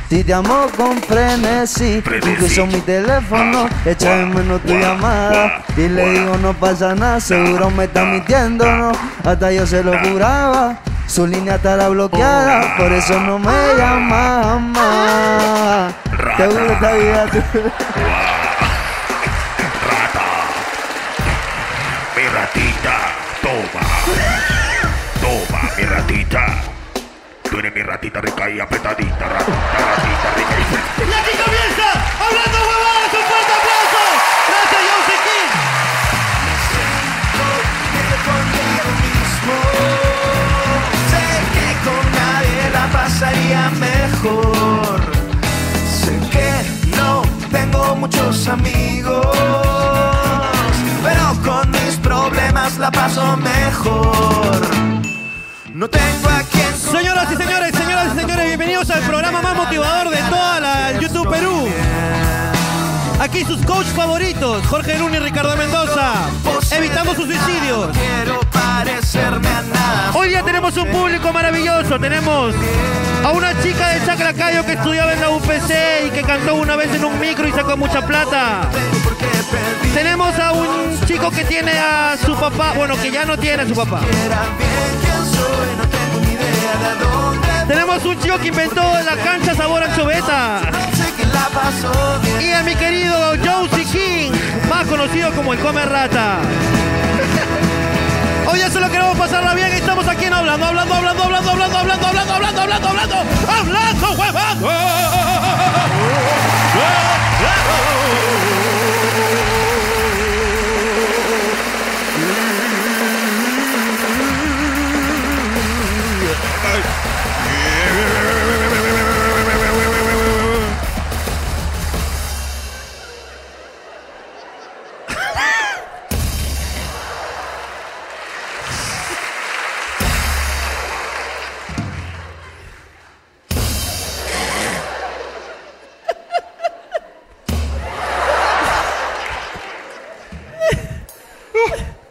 I: Si te amo con frenesí, incluso mi teléfono echa de menos tu llamada. Y le digo, no pasa nada, seguro me está mintiendo, no. Hasta yo se lo juraba. Su línea estará bloqueada, por eso no me llama más. Te juro esta vida tú-
J: Mi ratita, toma. Toma, mi ratita. Tú eres mi ratita rica y apretadita, ratita, ratita rica y
B: Y aquí comienza Hablando Huevadas. Un fuerte aplauso. Gracias, Josie King.
K: Sé que con nadie la pasaría mejor. Sé que no tengo mucho tus amigos. Pero con mis problemas la paso mejor. No tengo a quien.
B: Señoras y señores, señoras y señores, bienvenidos al programa más motivador de toda la el YouTube Perú. Aquí sus coach favoritos, Jorge Luna y Ricardo Mendoza, evitando sus suicidios. Hoy día tenemos un público maravilloso, tenemos a una chica de Chaclacayo que estudiaba en la UPC y que cantó una vez en un micro y sacó mucha plata. Tenemos a un chico que tiene a su papá, bueno, que ya no tiene a su papá. Tenemos un chico que inventó la cancha sabor anchoveta. Y a mi querido Josie King, más conocido como el Come Rata. Hoy ya solo queremos pasarla bien y estamos aquí en hablando, hablando, hablando, hablando, hablando, hablando, hablando, hablando, hablando, hablando, hablando, huevón.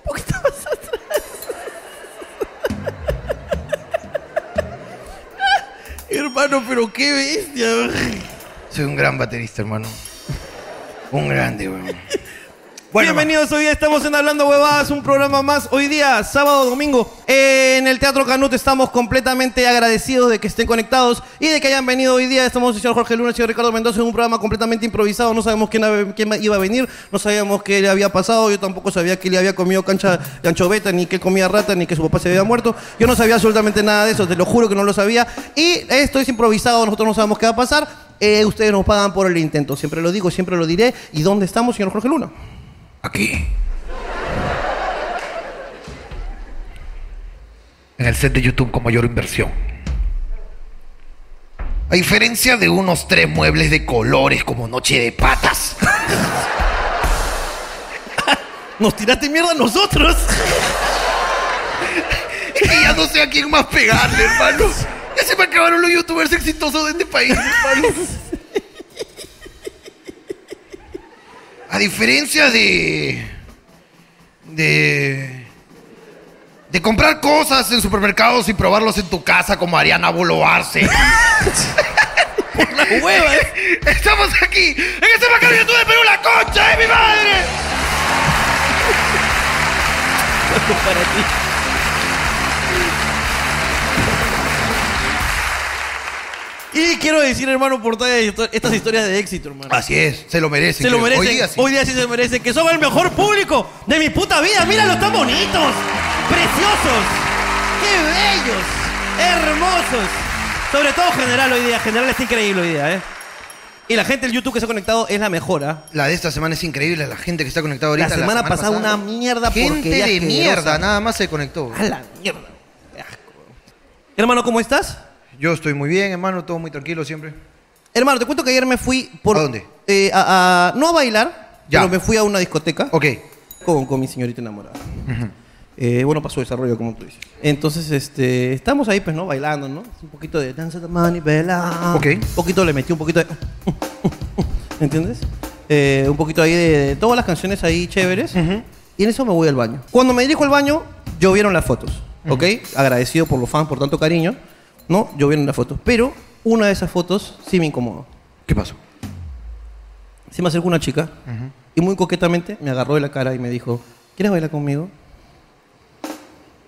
K: ¿Por qué estabas atrás?
A: Hermano, pero qué bestia. Soy un gran baterista, hermano. Un grande, weón.
B: Bienvenidos, hoy día estamos en Hablando Huevadas, un programa más. Hoy día, sábado, domingo, eh, en el Teatro Canut estamos completamente agradecidos de que estén conectados y de que hayan venido hoy día. Estamos el señor Jorge Luna, el señor Ricardo Mendoza, en un programa completamente improvisado. No sabemos quién, hab- quién iba a venir, no sabíamos qué le había pasado. Yo tampoco sabía que le había comido cancha de anchoveta, ni que comía rata, ni que su papá se había muerto. Yo no sabía absolutamente nada de eso, te lo juro que no lo sabía. Y esto es improvisado, nosotros no sabemos qué va a pasar. Eh, ustedes nos pagan por el intento, siempre lo digo, siempre lo diré. ¿Y dónde estamos, señor Jorge Luna?
A: Aquí. En el set de YouTube con mayor inversión. A diferencia de unos tres muebles de colores como Noche de Patas.
B: (laughs) Nos tiraste mierda a nosotros.
A: Es que ya no sé a quién más pegarle, hermano. Ya se me acabaron los youtubers exitosos de este país, hermano. A diferencia de. de. de comprar cosas en supermercados y probarlos en tu casa como Ariana
B: (laughs)
A: Boloarse.
B: ¿eh?
A: (laughs) Estamos aquí, en este bacano YouTube de Perú, la concha de mi madre.
B: para ti. Y quiero decir, hermano, por todas esto- estas historias de éxito, hermano.
A: Así es, se lo merecen.
B: Se lo
A: creo.
B: merecen.
A: Hoy día sí.
B: se merecen. Que son el mejor público de mi puta vida. Míralos tan bonitos. Preciosos. Qué bellos. Hermosos. Sobre todo General hoy día. General está increíble hoy día, ¿eh? Y la gente del YouTube que se ha conectado es la mejora.
A: La de esta semana es increíble, la gente que está conectada
B: La
A: ahorita.
B: semana, pasada, una mierda
A: Gente
B: porquería
A: de
B: asquerosa.
A: mierda, nada más se conectó.
B: A la mierda. Qué asco. Hermano, ¿cómo estás?
A: Yo estoy muy bien, hermano, todo muy tranquilo siempre.
B: Hermano, te cuento que ayer me fui por...
A: ¿A dónde?
B: eh, a- a- no a bailar,
A: Ya.
B: pero me fui a una discoteca.
A: Ok.
B: Con, con mi señorita enamorada. Eh, bueno, pasó desarrollo, como tú dices. Entonces, este, estamos ahí, pues, ¿no? Bailando, ¿no? Un poquito de danza de manivela.
A: Ok.
B: Un poquito le metí, un poquito de... (laughs) ¿Entiendes? Eh, un poquito ahí de, de todas las canciones ahí chéveres. Y en eso me voy al baño. Cuando me dirijo al baño, llovieron las fotos. ¿Ok? Agradecido por los fans, por tanto cariño. ¿No? Llovieron las fotos. Pero una de esas fotos sí me incomodó.
A: ¿Qué pasó?
B: Se me acercó una chica y muy coquetamente me agarró de la cara y me dijo, ¿quieres bailar conmigo?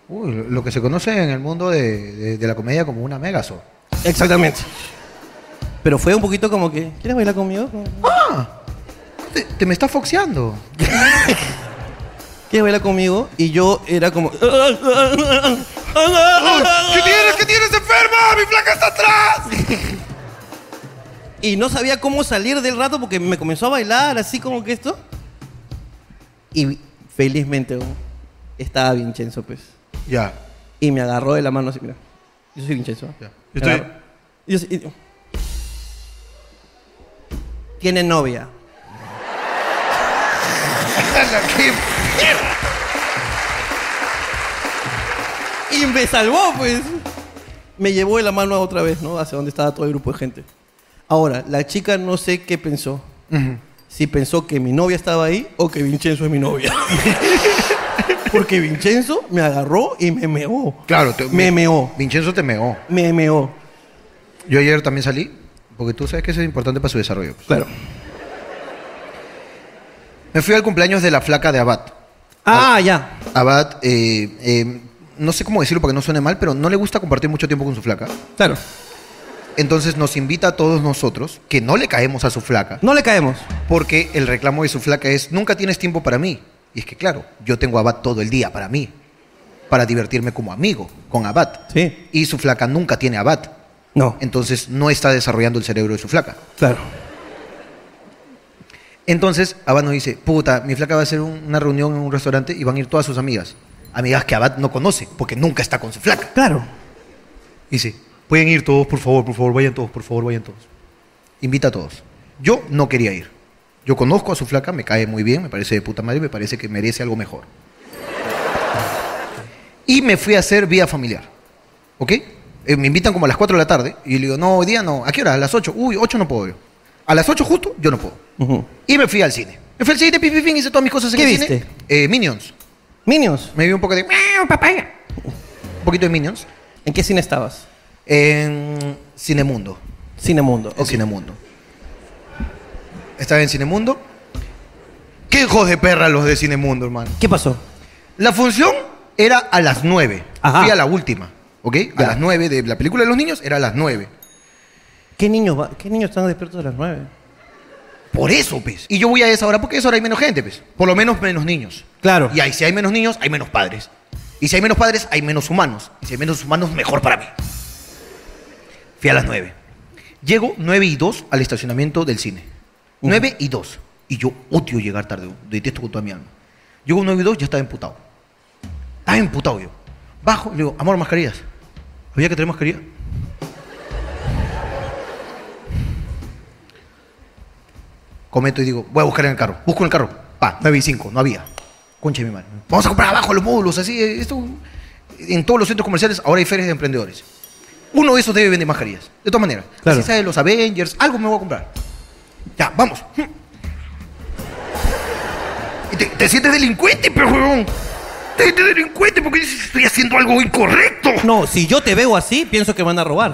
A: Uy, lo que se conoce en el mundo de, de- de la comedia como una megaso.
B: Exactamente. Pero fue un poquito como que, ¿quieres bailar conmigo?
A: Te, te me está foxeando.
B: ¿Quieres bailar conmigo? Y yo era como...
K: ¿Qué tienes? ¿Qué tienes enferma? ¡Mi placa está
B: (laughs)
K: atrás!
B: Y no sabía cómo salir del rato porque me comenzó a bailar así como que esto. Y felizmente weón, estaba Vincenzo, pues.
A: Ya.
B: Y me agarró de la mano así, mira. Yo soy Vincenzo.
A: Ya.
B: Me
A: Estoy-
B: agarró. Y yo así, y- Tiene novia.
A: ¡Qué mierda!
B: Y me salvó, pues. Me llevó de la mano otra vez, ¿no? Hacia donde estaba todo el grupo de gente. Ahora, la chica no sé qué pensó. Si pensó que mi novia estaba ahí o que Vincenzo es mi novia. (laughs) Porque Vincenzo me agarró y me meó.
A: Claro, te,
B: Me meó.
A: Vincenzo te meó.
B: Me meó.
A: Yo ayer también salí, porque tú sabes que eso es importante para su desarrollo. pues.
B: Claro.
A: Me fui al cumpleaños de la flaca de Abad.
B: Ah, ya.
A: Abad, eh, eh, no sé cómo decirlo para que no suene mal, pero no le gusta compartir mucho tiempo con su flaca.
B: Claro.
A: Entonces nos invita a todos nosotros que no le caemos a su flaca,
B: No le caemos.
A: porque el reclamo de su flaca es, nunca tienes tiempo para mí. Y es que claro, yo tengo a Abad todo el día para mí, para divertirme como amigo con Abad.
B: Sí.
A: Y su flaca nunca tiene Abad.
B: No.
A: Entonces no está desarrollando el cerebro de su flaca.
B: Claro.
A: Entonces Abad nos dice, puta, mi flaca va a hacer un- una reunión en un restaurante y van a ir todas sus amigas. Amigas que Abad no conoce, porque nunca está con su flaca.
B: Claro.
A: Y dice, pueden ir todos, por favor, por favor, vayan todos, por favor, vayan todos. Invita a todos. Yo no quería ir. Yo conozco a su flaca, me cae muy bien, me parece de puta madre, me parece que merece algo mejor. Y me fui a hacer vía familiar. ¿Ok? Eh, me invitan como a las 4 de la tarde y le digo, no, hoy día no. ¿A qué hora? A las 8. Uy, 8 no puedo yo. A las 8 justo, yo no puedo. Y me fui al cine. Me fui al cine, pim, pim, pim, hice todas mis cosas en
B: ¿Qué
A: el
B: viste?
A: cine. Eh, Minions.
B: Minions.
A: Me vi un poco de... "Miau, papaya". Un poquito de Minions.
B: ¿En qué cine estabas?
A: En Cinemundo.
B: Cinemundo.
A: en Cinemundo. Estaba en Cinemundo. ¿Qué hijos de perra los de Cinemundo, hermano?
B: ¿Qué pasó?
A: La función era a las 9.
B: Ajá.
A: Fui a la última, ¿ok?
B: Ya.
A: A las 9 de la película de los niños era a las 9.
B: ¿Qué niños, va- ¿Qué niños están despiertos a las nueve?
A: Por eso, pues. Y yo voy a esa hora porque a esa hora hay menos gente, pues. Por lo menos menos niños.
B: Claro.
A: Y ahí, si hay menos niños, hay menos padres. Y si hay menos padres, hay menos humanos. Y si hay menos humanos, mejor para mí. Fui a las 9. Llego 9 y 2 al estacionamiento del cine. 9 y 2. Y yo odio llegar tarde. Detesto con toda mi alma. Llego 9 y 2, ya estaba emputado. Estaba emputado yo. Bajo, le digo, amor, mascarillas. ¿Había que traer mascarilla? Comento y digo, voy a buscar en el carro. Busco en el carro. Pa, 9 y 5, no había. Concha de mi madre. Vamos a comprar abajo los módulos, así. eh, Esto, en todos los centros comerciales ahora hay ferias de emprendedores. Uno de esos debe vender mascarillas. De todas maneras.
B: Claro.
A: Si sabe los Avengers, algo me voy a comprar. Ya, vamos. (laughs) Y te, te sientes delincuente, pero huevón. Te sientes delincuente porque dices, estoy haciendo algo incorrecto.
B: No, si yo te veo así, pienso que van a robar.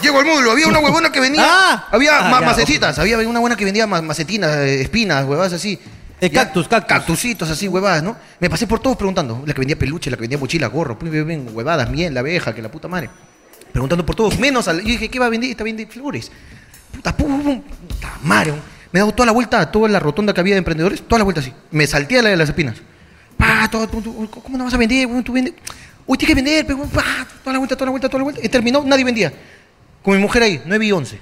A: Llego al módulo, había una huevona que vendía.
B: Ah.
A: había
B: Ah,
A: ma-
B: ya,
A: macetitas, había una buena que vendía ma- macetinas, eh, espinas, huevadas así.
B: Eh,
A: Ya,
B: cactus, cactus.
A: Cactusitos así, huevadas, ¿no? Me pasé por todos preguntando. La que vendía peluche, la que vendía mochila, gorro, pum, pum, pum, huevadas, miel, la abeja, que la puta madre. Preguntando por todos, menos al. Yo dije, ¿qué va a vender? Está vendiendo flores. Puta, pum, pum, pum. Puta madre. Me he dado toda la vuelta a toda la rotonda que había de emprendedores, toda la vuelta así. Me salté a la de las espinas. Pa, Ah, todo, pum, tú, ¿Cómo no vas a vender? weón? Tú vendes. Uy, tienes que vender, pe, weón, pa, toda la vuelta, toda la vuelta, toda la vuelta. Y terminó, nadie vendía. Con mi mujer ahí, 9 y 11.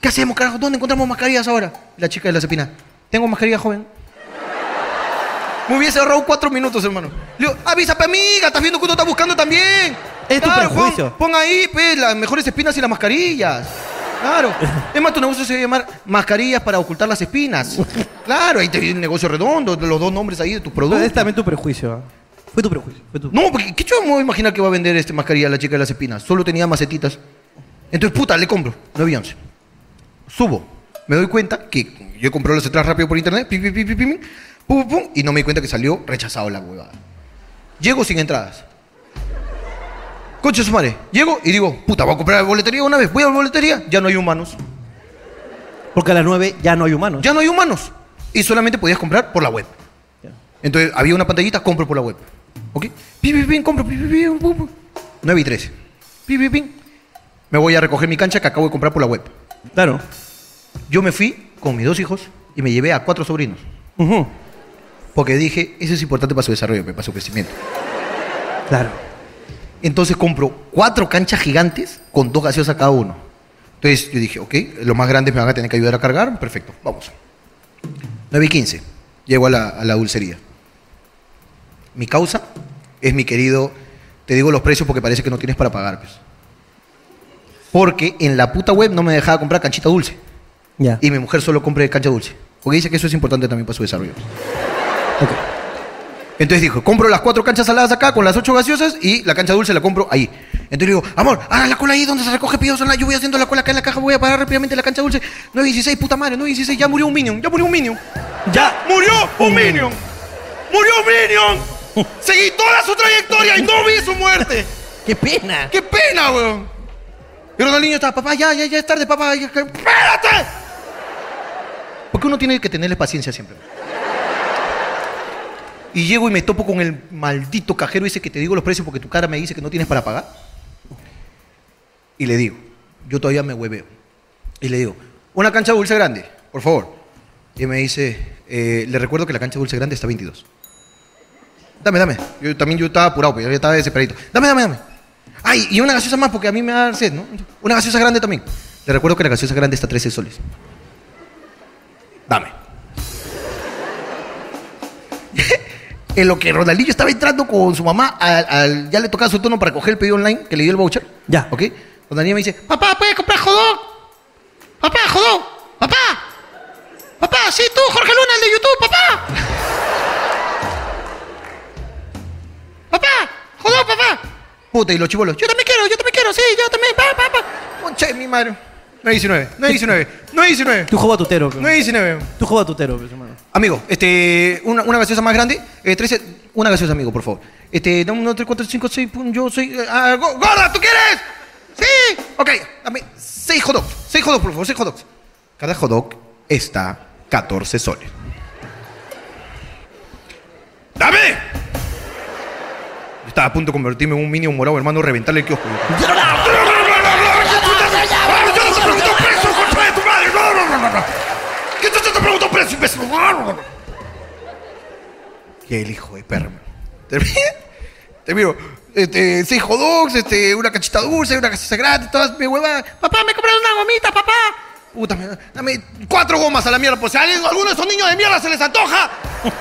A: ¿Qué hacemos, carajo? ¿Dónde encontramos mascarillas ahora? La chica de las espinas. Tengo mascarilla, joven. Me hubiese ahorrado cuatro minutos, hermano. Le digo, avisa, pe, amiga, estás viendo que uno está buscando también.
B: Es tu
A: Claro,
B: prejuicio.
A: Juan, pon ahí, pe, las mejores espinas y las mascarillas.
B: (laughs)
A: Claro. Es más, tu negocio se va a llamar mascarillas para ocultar las espinas. Claro, ahí te viene el negocio redondo, los dos nombres ahí de tus productos.
B: Es también tu prejuicio. ¿ah? Fue tu prejuicio. Fue tu...
A: No, porque ¿qué chulo me voy a imaginar que va a vender este mascarilla la chica de las espinas? Solo tenía macetitas. Entonces, puta, le compro. 9 y 11. Subo. Me doy cuenta que yo compré las entradas rápido por internet. Pim, pim, pim, pim, pim, pum, pum, pum, y no me di cuenta que salió rechazado la huevada. Llego sin entradas. Coche su madre. Llego y digo, puta, voy a comprar boletería una vez. Voy a la boletería. Ya no hay humanos.
B: Porque a las nueve ya no hay humanos.
A: Ya no hay humanos. Y solamente podías comprar por la web. Entonces había una pantallita, compro por la web. ¿Ok? Pim, pim, pim, compro, pim, pim, pim, pum, pum. 9 y 13. Pim, pim, pim. Me voy a recoger mi cancha que acabo de comprar por la web.
B: Claro.
A: Yo me fui con mis dos hijos y me llevé a cuatro sobrinos.
B: Ujú.
A: Porque dije, eso es importante para su desarrollo, para su crecimiento.
B: Claro.
A: Entonces compro cuatro canchas gigantes con dos gaseosas cada uno. Entonces yo dije, ok, los más grandes me van a tener que ayudar a cargar. Perfecto, vamos. 9 y 15. Llego a la, a la dulcería. Mi causa es mi querido. Te digo los precios porque parece que no tienes para pagar. pues. Porque en la puta web no me dejaba comprar canchita dulce.
B: Ya.
A: Y mi mujer solo compra de cancha dulce. Porque dice que eso es importante también para su desarrollo. Entonces dijo, compro las cuatro canchas saladas acá con las ocho gaseosas y la cancha dulce la compro ahí. Entonces le digo, amor, hagan la cola ahí donde se recoge pedidos online. Yo voy haciendo la cola acá en la caja, voy a parar rápidamente la cancha dulce. 9.16, puta madre, 9.16, ya murió un Minion, ya murió un Minion.
B: Ya.
A: Murió un Minion. Murió
B: (laughs)
A: un Minion. Seguí toda su trayectoria y no vi su muerte.
B: (laughs) ¡Qué pena!
A: ¡Qué pena, weón! Y Ronaldinho estaba, papá, ya, ya, ya es tarde, papá. ya- ya- ¡Espérate! Porque uno tiene que tenerle paciencia siempre. Y llego y me topo con el maldito cajero ese que te digo los precios porque tu cara me dice que no tienes para pagar. Y le digo, yo todavía me hueveo. Y le digo, una cancha dulce grande, por favor. Y me dice, eh, le recuerdo que la cancha dulce grande está 22. Dame, dame. Yo también yo estaba apurado, pues, yo estaba desesperado. Dame, dame, dame. Ay, y una gaseosa más porque a mí me va a dar sed, ¿no? Una gaseosa grande también. Le recuerdo que la gaseosa grande está a 13 soles. Dame. (laughs) en lo que Ronaldillo estaba entrando con su mamá, al- al- ya le tocaba su turno para coger el pedido online que le dio el voucher. Ya. ¿Ok? Ronaldinho me dice, papá, ¿puedes comprar jodón? Papá, jodón. Papá. Papá, sí, tú, Jorge Luna, el de YouTube, (laughs) papá. papá, jodón, papá. Puta, y los chivolos, yo también quiero, yo también quiero, sí, yo también, papá, papá. Concha de mi madre. 9.19, 9.19, 9.19.
B: Tú juega tutero. pe.
A: 9.19.
B: Tú juega tutero, pe, pues, hermano.
A: Amigo, este, una, una gaseosa más grande. Eh, 13, una gaseosa, amigo, por favor. Este, dame uno, tres, cuatro, cinco, seis, pum, yo soy. eh, ah, go- ¡Gorda, tú quieres! ¡Sí! Ok, dame seis hot dogs. Seis hot dogs, por favor, seis hot dogs. Cada hot dog está 14 soles. ¡Dame! Yo estaba a punto de convertirme en un minion morado, hermano, reventarle el kiosco. ¿Qué te te preguntó precio, imbécil? Que el hijo de perro. Termino, termino. Este, seis hot dogs, este, una cachita dulce, una casita gratis, todas mi huevada. Papá, me compraron una gomita, papá. Puta, me- dame cuatro gomas a la mierda, por si a alguien- a alguno de esos niños de mierda se les antoja.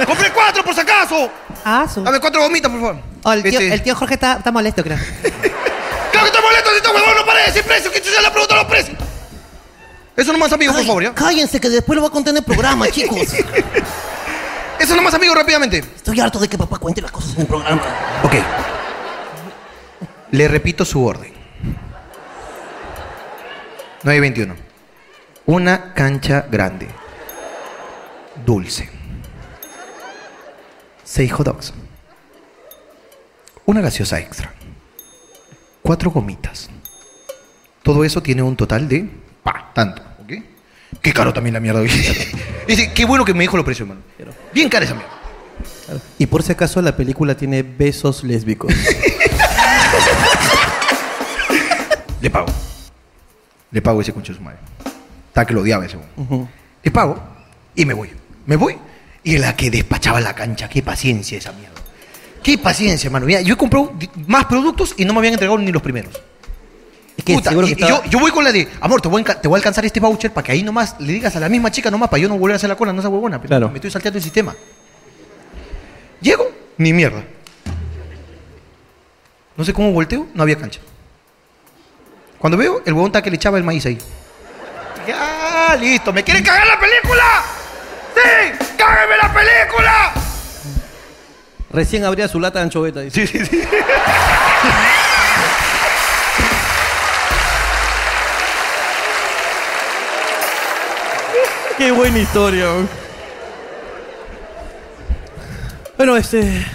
A: Compré cuatro, por si acaso.
D: Ah,
A: Dame cuatro gomitas, por favor.
B: Ah,
D: el, tío,
A: Este-
D: el tío Jorge está, está molesto, creo.
A: ¡Claro que te molesto si este huevón no para de decir precios! ¡Que chucha le pregunta a los precios! Eso nomás, amigo, por favor, ¿ya?
D: Cállense, que después lo va a contar en el programa, chicos.
A: (laughs) Eso nomás, amigo, rápidamente.
D: Estoy harto de que papá cuente las cosas en el programa.
A: Ok. Le repito su orden. 9.21. Una cancha grande. Dulce. Seis hot dogs. Una gaseosa extra. Cuatro gomitas. Todo eso tiene un total de... Pa, tanto. ¿Ok? Qué caro también la mierda hoy. (laughs) Dice, qué bueno que me dijo los precios, hermano. Bien cara esa mierda.
B: Y por si acaso la película tiene besos lésbicos.
A: Le pago. Le pago ese concho de su madre. Está que lo odiaba ese weón. Le pago y me voy. Me voy. Y la que despachaba la cancha. Qué paciencia esa mierda. Qué paciencia, hermano. Mira, yo he comprado di- más productos y no me habían entregado ni los primeros.
B: que
A: Puta,
B: seguro
A: y-
B: que
A: y
B: estaba-
A: yo, yo voy con la de, amor, te voy, a enca- te voy a alcanzar este voucher para que ahí nomás le digas a la misma chica nomás para yo no volver a hacer la cola, no esa huevona. pero
B: Claro.
A: Me estoy salteando el sistema. Llego, ni mierda. No sé cómo volteo, no había cancha. Cuando veo, el huevón está que le echaba el maíz ahí. ¡Ya! ¡Listo! ¿Me quieren cagar la película? ¡Sí! ¡Cáguenme la película!
B: Recién abría su lata de anchoveta. dice.
A: Sí, sí, sí.
B: Qué buena historia. weón. Bueno, este.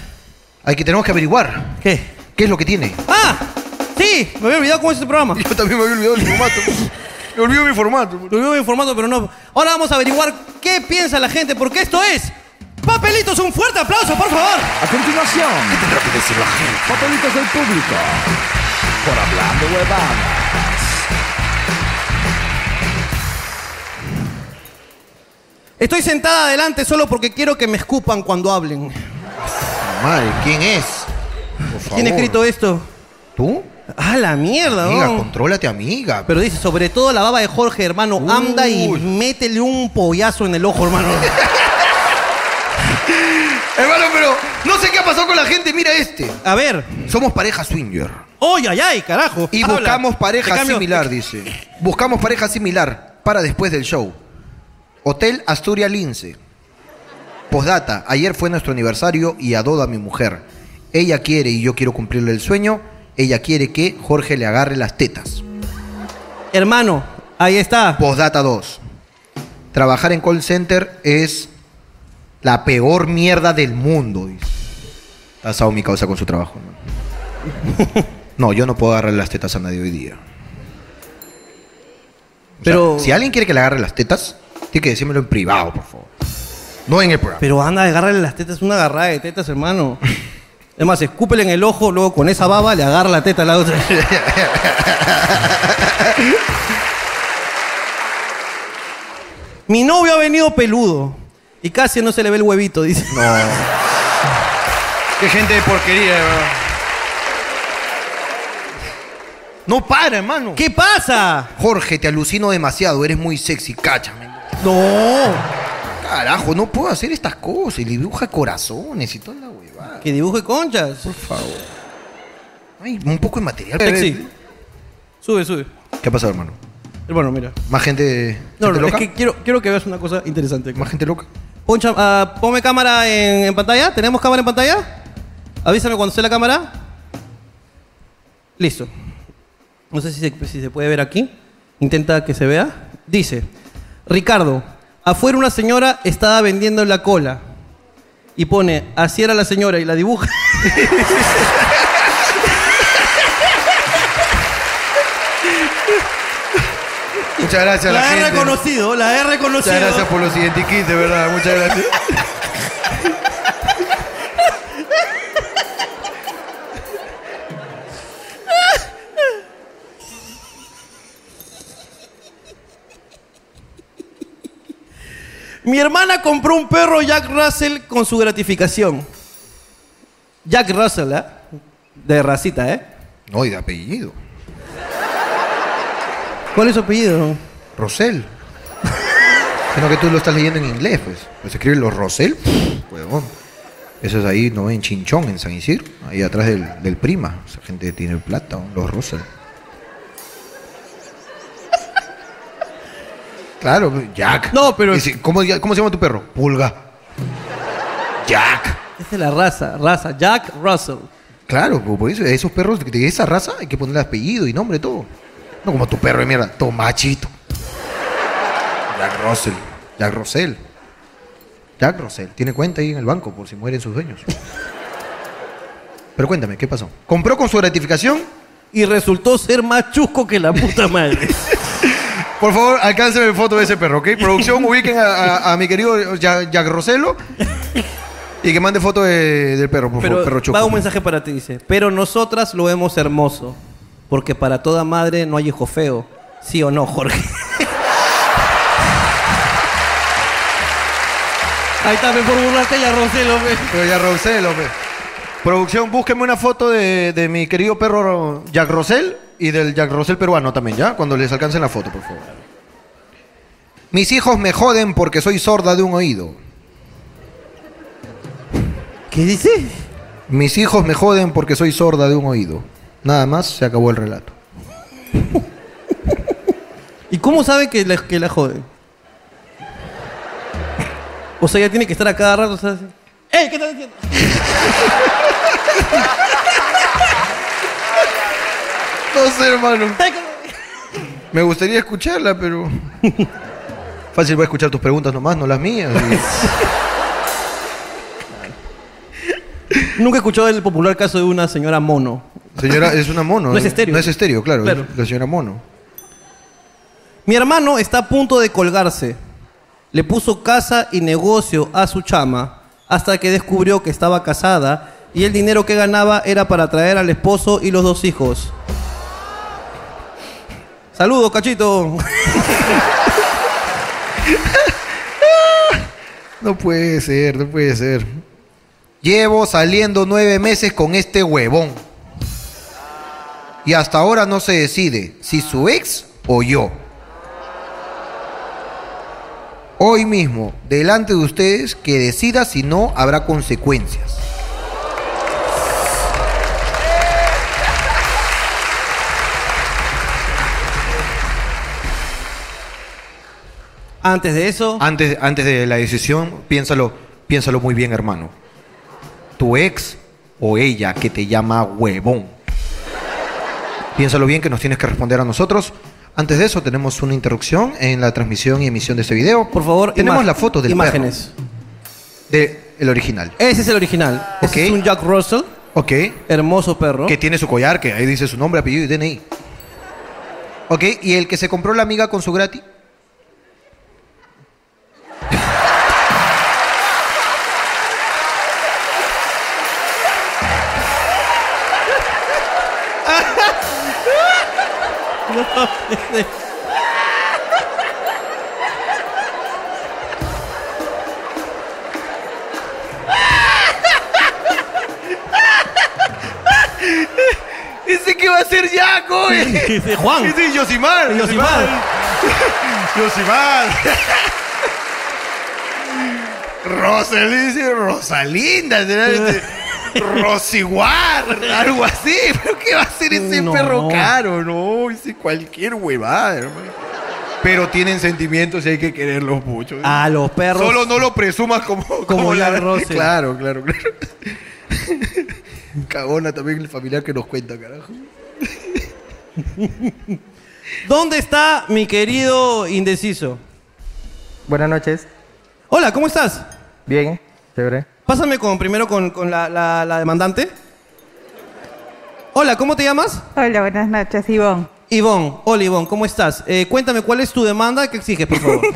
A: Aquí tenemos que averiguar.
B: ¿Qué?
A: ¿Qué es lo que tiene?
B: ¡Ah! Sí, me había olvidado cómo es este programa.
A: Yo también me había olvidado el formato. me olvido mi formato.
B: Me olvidé mi formato, pero no. Ahora vamos a averiguar qué piensa la gente, porque esto es. Papelitos, un fuerte aplauso, por favor.
K: A continuación, ¿qué tendrá que decir la gente? Papelitos del público. Por hablando huevadas.
B: Estoy sentada adelante solo porque quiero que me escupan cuando hablen.
A: Madre, ¿quién es? Por
B: ¿Quién
A: favor.
B: ha escrito esto?
A: ¿Tú?
B: ¡Ah, la mierda!
A: Amiga,
B: weón.
A: contrólate, amiga.
B: Pero dice, sobre todo la baba de Jorge, hermano, anda y métele un pollazo en el ojo, hermano.
A: (laughs) Hermano, pero no sé qué ha pasado con la gente. Mira este.
B: A ver.
A: Somos pareja swinger.
B: ¡Ay, ay, ay, carajo!
A: Y
B: Habla.
A: buscamos
B: Te
A: pareja
B: cambio-
A: similar, dice. Buscamos pareja similar para después del show. Hotel Asturia Lince. Postdata, ayer fue nuestro aniversario y adodo a mi mujer. Ella quiere y yo quiero cumplirle el sueño. Ella quiere que Jorge le agarre las tetas.
B: Hermano, ahí está.
A: Postdata 2. Trabajar en call center es la peor mierda del mundo. dice. Está asado mi causa con su trabajo. ¿no? No, yo no puedo agarrar las tetas a nadie hoy día. Pero
B: Pero-
A: si alguien quiere que le agarre las tetas, tiene que decírmelo en privado, por favor. No en el programa.
B: Pero anda, agárrale las tetas, una agarrada de tetas, hermano. Es más, escúpele en el ojo, luego con esa baba le agarra la teta a la otra. Mi novio ha venido peludo y casi no se le ve el huevito, dice.
A: No.
D: Qué gente de porquería, de verdad.
A: No para, hermano.
B: ¿Qué pasa?
A: Jorge, te alucino demasiado. Eres muy sexy, cáchame.
B: No.
A: Carajo, no puedo hacer estas cosas. Y dibuja corazones y toda la huevada.
B: Que dibuje conchas. Por
A: favor. Ay, un poco de material.
B: Sexy. Sube, sube.
A: ¿Qué ha pasado, hermano?
B: Hermano, mira.
A: Más gente.
B: No,
A: gente
B: no, es
A: loca?
B: que quiero, quiero que veas una cosa interesante.
A: Más gente loca.
B: Poncha, ah, ponme cámara en, en pantalla. ¿Tenemos cámara en pantalla? Avísame cuando esté la cámara. Listo. No sé si se, si se puede ver aquí. Intenta que se vea. Dice, Ricardo, afuera una señora estaba vendiendo la cola. Y pone, así era la señora y la dibuja. (laughs)
A: Muchas gracias a la,
B: La he
A: gente.
B: reconocido, la he reconocido.
A: Muchas gracias por los identikits, de verdad. Muchas
D: (laughs)
A: gracias.
B: Mi hermana compró un perro Jack Russell con su gratificación. Jack Russell, ¿eh? De racita, ¿eh?
A: No, y de apellido.
B: ¿Cuál es su apellido?
A: Rosel. (laughs) Sino que tú lo estás leyendo en inglés, pues. Pues escribe los Rosel. pff, Huevón. Eso es ahí, ¿no? En Chinchón, en San Isidro. Ahí atrás del, del prima. Esa gente tiene plata, ¿no? los Rosel. (laughs) Claro, pues, Jack.
B: No, pero.
A: ¿cómo, ¿Cómo se llama tu perro? Pulga. Jack.
B: Es de la raza, raza. Jack Russell.
A: Claro, pues, por eso, esos perros de esa raza hay que ponerle apellido y nombre y todo. No como tu perro de mierda, Tomachito. Jack Russell. Jack Russell. Jack Russell. Tiene cuenta ahí en el banco por si mueren sus dueños. Pero cuéntame, ¿qué pasó? Compró con su gratificación.
B: Y resultó ser más chusco que la puta madre.
A: (laughs) Por favor, alcánceme foto de ese perro, ¿ok? Producción, ubiquen a, a- a mi querido Jack, Jack Rossello y que mande foto de- del perro, por
B: Pero
A: favor, perro choco.
B: va un mensaje para ti, dice. Pero nosotras lo vemos hermoso. Porque para toda madre no hay hijo feo. ¿Sí o no,
A: (laughs)
B: Jorge? Ahí está, ve por burlarte ya Roselo,
A: Pero ya Rosel, hombre. Producción, búsqueme una foto de, de mi querido perro Jack Rosel y del Jack Rosel peruano también, ¿ya? Cuando les alcancen la foto, por favor. Mis hijos me joden porque soy sorda de un oído.
B: ¿Qué dice?
A: Mis hijos me joden porque soy sorda de un oído. Nada más, se acabó el relato.
B: ¿Y cómo sabe que la, que la joden? O sea, ya tiene que estar a cada rato. o sea, así. ¡Ey! ¿Qué estás haciendo?
A: No sé, hermano. Me gustaría escucharla, pero. (laughs) Fácil va a escuchar tus preguntas nomás, no las mías.
B: (laughs) Nunca he escuchado el popular caso de una señora mono.
A: Señora, es una mono.
B: (laughs)
A: eh,
B: No es estéreo.
A: No es estéreo, claro.
B: Claro.
A: es la señora mono.
B: Mi hermano está a punto de colgarse. Le puso casa y negocio a su chama hasta que descubrió que estaba casada y el dinero que ganaba era para traer al esposo y los dos hijos. Saludos, cachito.
A: No puede ser, no puede ser. Llevo saliendo nueve meses con este huevón. Y hasta ahora no se decide si su ex o yo. Hoy mismo, delante de ustedes, que decida si no habrá consecuencias.
B: Antes de eso.
A: Antes, antes de la decisión, piénsalo, piénsalo muy bien, hermano. Tu ex o ella que te llama huevón. Piénsalo bien que nos tienes que responder a nosotros. Antes de eso, tenemos una interrupción en la transmisión y emisión de este video. Por favor, tenemos
B: ima-
A: la foto del
B: imágenes.
A: perro. De el original.
B: Ese es el original. Ese es un Jack Russell.
A: Ok.
B: Hermoso perro.
A: Que tiene su collar, que ahí dice su nombre, apellido y DNI. Ok, y el que se compró la amiga con su gratis.
D: (laughs) ¿Ese qué va a ser Jack, güey?
B: Ese Juan.
D: Ese Yosimar.
B: Yosimar.
A: (laughs)
D: Yosimar. Rosalí, dice Rosalinda. será ese. Rosiguar, algo así. (laughs) ¿Pero qué va a ser ese
A: No.
D: perro caro? No, ese cualquier huevada, hermano. Pero tienen sentimientos y hay que quererlos mucho.
B: A los perros.
D: Solo no lo presumas como...
B: Como Jack Russell.
D: Claro, claro, (laughs) claro. Cagona también el familiar que nos cuenta, carajo.
B: ¿Dónde está mi querido indeciso?
L: Buenas noches.
B: Hola, ¿cómo estás?
L: Bien, chévere.
B: Pásame con, primero con, con la, la- la demandante. Hola, ¿cómo te llamas?
M: Hola, buenas noches, Ivonne.
B: Ivonne, hola Ivonne, ¿cómo estás? Eh, cuéntame, ¿cuál es tu demanda que exiges, por favor?
M: (laughs)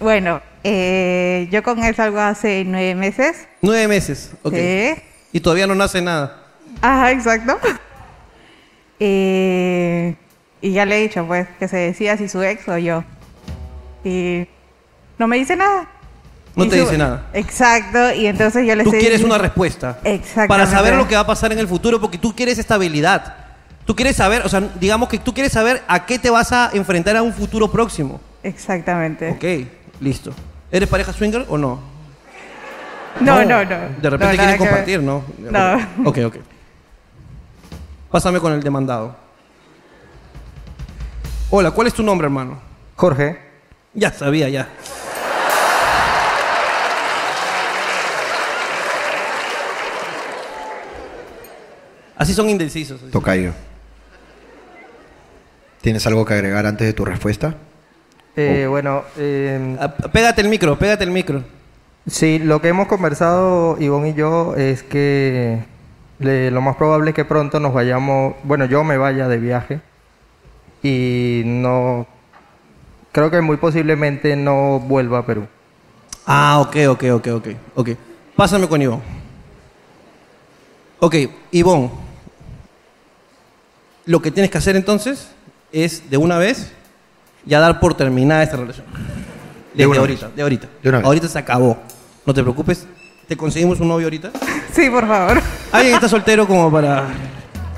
M: Bueno, eh, yo con él salgo hace nueve meses.
B: Nueve meses, ok.
M: Sí.
B: Y todavía no nace nada.
M: Ajá, exacto. (laughs) Eh, y ya le he dicho, pues, que se decida si su ex o yo. Y no me dice nada.
B: No
M: Y
B: te
M: su-
B: dice nada.
M: Exacto, y entonces yo le
B: Tú
M: estoy
B: quieres
M: diciendo-
B: una respuesta.
M: Exactamente.
B: Para saber lo que va a pasar en el futuro, porque tú quieres estabilidad. Tú quieres saber, o sea, digamos que tú quieres saber a qué te vas a enfrentar a un futuro próximo.
M: Exactamente.
B: Ok, listo. ¿Eres pareja swinger o no?
M: No, no, no.
B: De
M: No,
B: repente
M: nada
B: quieren
M: que ver.
B: compartir, ¿no?
M: No.
B: Ok, ok. Pásame con el demandado. Hola, ¿cuál es tu nombre, hermano?
L: Jorge.
B: Ya sabía, ya. Así son indecisos.
A: Tocayo. ¿Tienes algo que agregar antes de tu respuesta?
L: Eh, Bueno, eh,
B: Pégate el micro, pégate el micro.
L: sí, lo que hemos conversado Ivonne y yo es que le- lo más probable es que pronto nos vayamos, bueno, yo me vaya de viaje y no, creo que muy posiblemente no vuelva a Perú.
B: Ah, ok, ok, ok, ok. ok. Pásame con Ivonne. Ok, Ivonne. Lo que tienes que hacer entonces es, de una vez, ya dar por terminada esta relación. Desde
A: una
B: ahorita,
A: vez.
B: de ahorita.
A: De una vez.
B: Ahorita se acabó. No te preocupes. ¿Te conseguimos un novio ahorita?
M: Sí, por favor.
B: ¿Alguien está soltero como para...?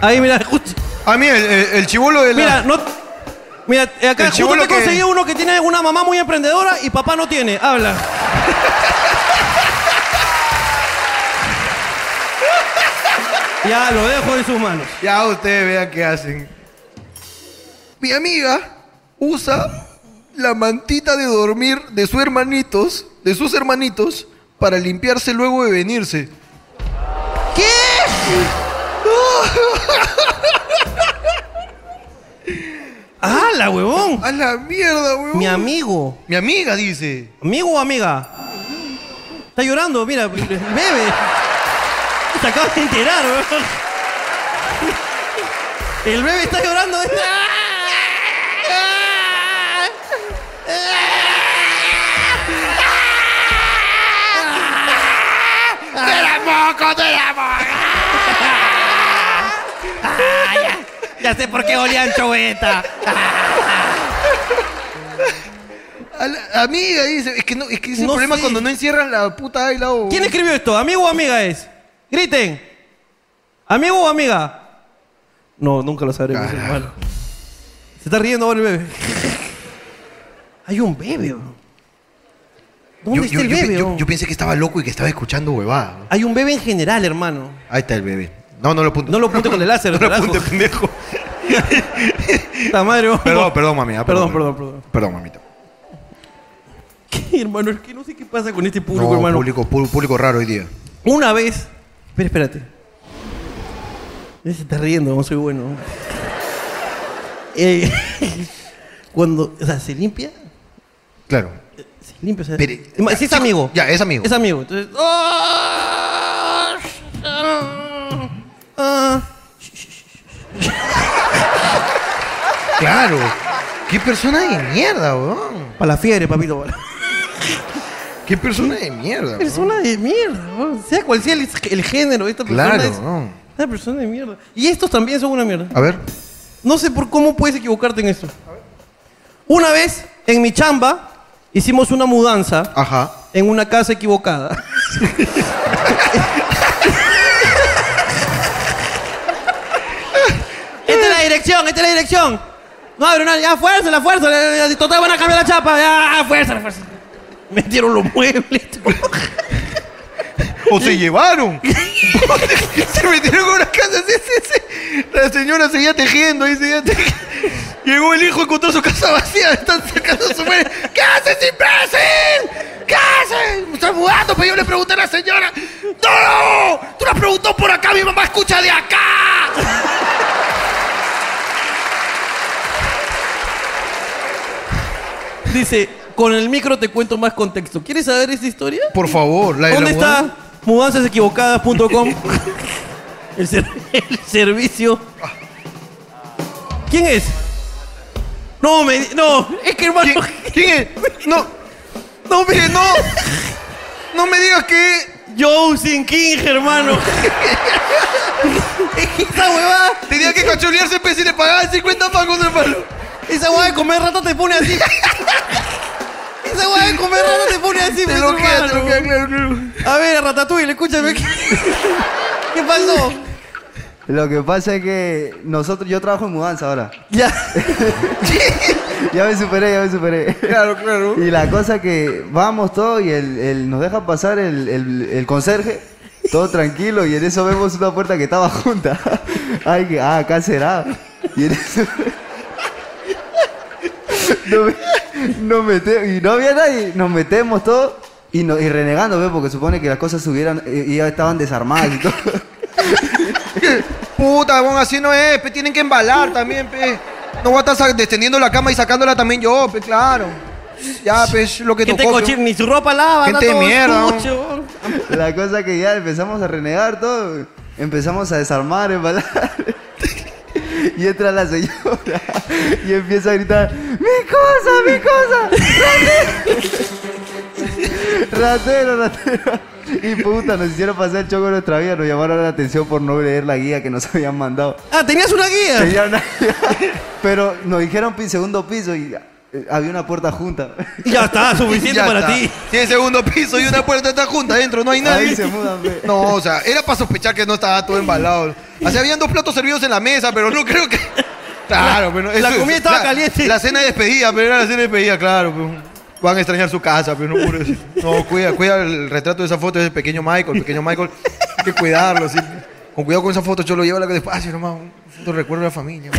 B: Ahí, mira, justo...
D: A mí, Ah, el, chivolo de la...
B: Mira, no... Mira, eh, acá
D: El
B: justo
D: chibolo
B: te
D: que-
B: conseguí uno que tiene una mamá muy emprendedora y papá no tiene. Habla. Ya lo dejo en sus manos.
D: Ya ustedes vean qué hacen. Mi amiga usa la mantita de dormir de sus hermanitos, de sus hermanitos, para limpiarse luego de venirse.
B: ¿Qué? ¡Hala, huevón!
D: ¡A la mierda, huevón!
B: Mi amigo.
D: Mi amiga, dice.
B: ¿Amigo o amiga? Está llorando, mira, bebe. Se acaba de enterar, huevón. El bebé está llorando.
K: ¡Te la moco, te la
B: Ya sé por qué olían choveta.
D: A la- amiga, dice. Es que, no, es que ese es el
B: No
D: problema
B: sé.
D: cuando no encierran la puta A y la O.
B: ¿Quién escribió esto? ¿Amigo o amiga es? Griten. ¿Amigo o amiga? No, nunca lo sabremos, hermano. Se está riendo ahora el
A: (laughs)
B: bebé. Hay un bebé, bro. ¿Dónde
A: Yo,
B: está
A: yo-
B: el
A: yo pe-
B: bebé?
A: yo-
B: bro?
A: yo pensé que estaba loco y que estaba escuchando huevada. ¿no?
B: Hay un bebé en general, hermano.
A: Ahí está el bebé. No, no lo apunte.
B: No lo apunte con el
A: (laughs)
B: láser,
A: no lo
B: carajo.
A: apunte,
B: (laughs)
A: pendejo.
B: Puta madre, bro.
A: Perdón, perdón, mami. ah,
B: Perdón,
A: perdón,
B: perdón,
A: perdón, mamita.
B: ¿Qué, (laughs) hermano? Es que no sé qué pasa con este público,
A: No,
B: hermano.
A: público, pu- público raro hoy día.
B: Una vez. Pero espérate. Ya Se está riendo, no soy bueno. (laughs) Eh, (laughs) cuando. O sea, se limpia. Eh,
A: Claro.
B: Se limpia. O sea,
A: Pero-
B: es más,
A: ya,
B: es amigo.
A: Ya, es amigo.
B: Es amigo. Entonces. ¡ah! Ah, ah.
A: Claro. Qué persona de mierda, weón.
B: Para la fiebre, papito. pa' la-
A: Qué persona de mierda. weón.
B: persona de mierda, weón. sea cual sea el, el género, esta persona
A: Claro,
B: es
A: weón.
B: una persona de mierda. Y estos también son una mierda.
A: A ver.
B: No sé por cómo puedes equivocarte en esto. Una vez en mi chamba hicimos una mudanza en una
A: (laughs)
B: casa equivocada. esta es la dirección, esta es la dirección. No, abre una, ya fuérzala, fuérzala. ya, Total, van a cambiar la chapa. Ya, ah, fuérzala, fuérzala. Metieron los muebles.
A: O se llevaron. (laughs) se metieron con una casa. sí, sí, sí. La señora seguía tejiendo ahí, seguía tejiendo. Llegó el hijo, encontró su casa vacía. Están sacando su madre. ¿Qué haces, imbécil? ¿Qué haces? Me estás mudando, pero yo le pregunté a la señora. ¡No! Tú la preguntó por acá, mi mamá escucha de acá.
B: Dice, con el micro te cuento más contexto. ¿Quieres saber esta historia?
A: Por favor, Oh, la de
B: ¿Dónde
A: la
B: está? (laughs) Mudanzasequivocadas.com el, ser- el servicio. ¿Quién es? No, me, no, es que hermano.
A: ¿Quién es? No. No, mire, no. No me digas que.
B: Joe King, hermano. Es que esa huevada.
A: Tenía que cacholearse, pues, y le pagaban 50 pagos, hermano.
B: Esa huevada de comer rato te pone así. Esa huevada de comer rato te pone así, pues, hermano. A ver,
A: (laughs)
B: Ratatouille, escúchame. ¿Qué qué pasó?
F: Lo que pasa es que nosotros, yo trabajo en mudanza ahora.
B: (laughs) Ya.
F: (laughs) ya me superé, ya me superé.
B: Claro, claro.
F: Y la cosa que vamos todo y el, el- nos deja pasar el, el- el conserje, todo tranquilo, y en eso vemos una puerta que estaba junta. (laughs) Ay, que, ah, acá será. Y en eso... (laughs) Nos, me- nos metemos, y no había nadie, nos metemos todo y, no- y renegando, ¿ve? porque supone que las cosas subieran y, ya estaban desarmadas y todo.
A: Puta, bon, así no es, pe, tienen que embalar también, pe. No voy a estar sa- descendiendo la cama y sacándola también yo, pe, claro. Ya, pe, es lo que
B: Gente
A: tocó, pe.
B: cochina, ni su ropa lava.
A: Gente de
B: está todo
A: mierda,
B: sucio.
F: La cosa que ya empezamos a renegar todo, empezamos a desarmar, embalar. (laughs) Y entra la señora y empieza a gritar, ¡Mi cosa, mi cosa! ¡Ratero! (laughs) ¡Ratero, ratero! Y puta, nos hicieron pasar el choco de nuestra vida, nos llamaron la atención por no leer la guía que nos habían mandado.
B: Ah, tenías una guía.
F: Tenía una guía, (laughs) pero nos dijeron pi- segundo piso y eh, había una puerta junta.
B: (laughs) Ya
F: (laughs)
B: está, suficiente
A: Ya
B: para
A: está.
B: ti.
A: Tiene segundo piso y una puerta está junta adentro, no hay nadie.
F: Ahí se mudan, pe.
A: No, o sea, era para sospechar que no estaba todo embalado. O sea, habían dos platos servidos en la mesa, pero no
B: (laughs)
A: creo que. Claro, pero
B: La comida estaba
A: caliente. La cena de despedida, pero era la cena de despedida, claro. pero Van a extrañar su casa, pero no por eso. No, cuida, cuida el retrato de esa foto de ese pequeño Michael. El pequeño Michael, hay que cuidarlo, sí. Con cuidado con esa foto, yo lo llevo a la que despacio, nomás. Un foto recuerdo de la familia.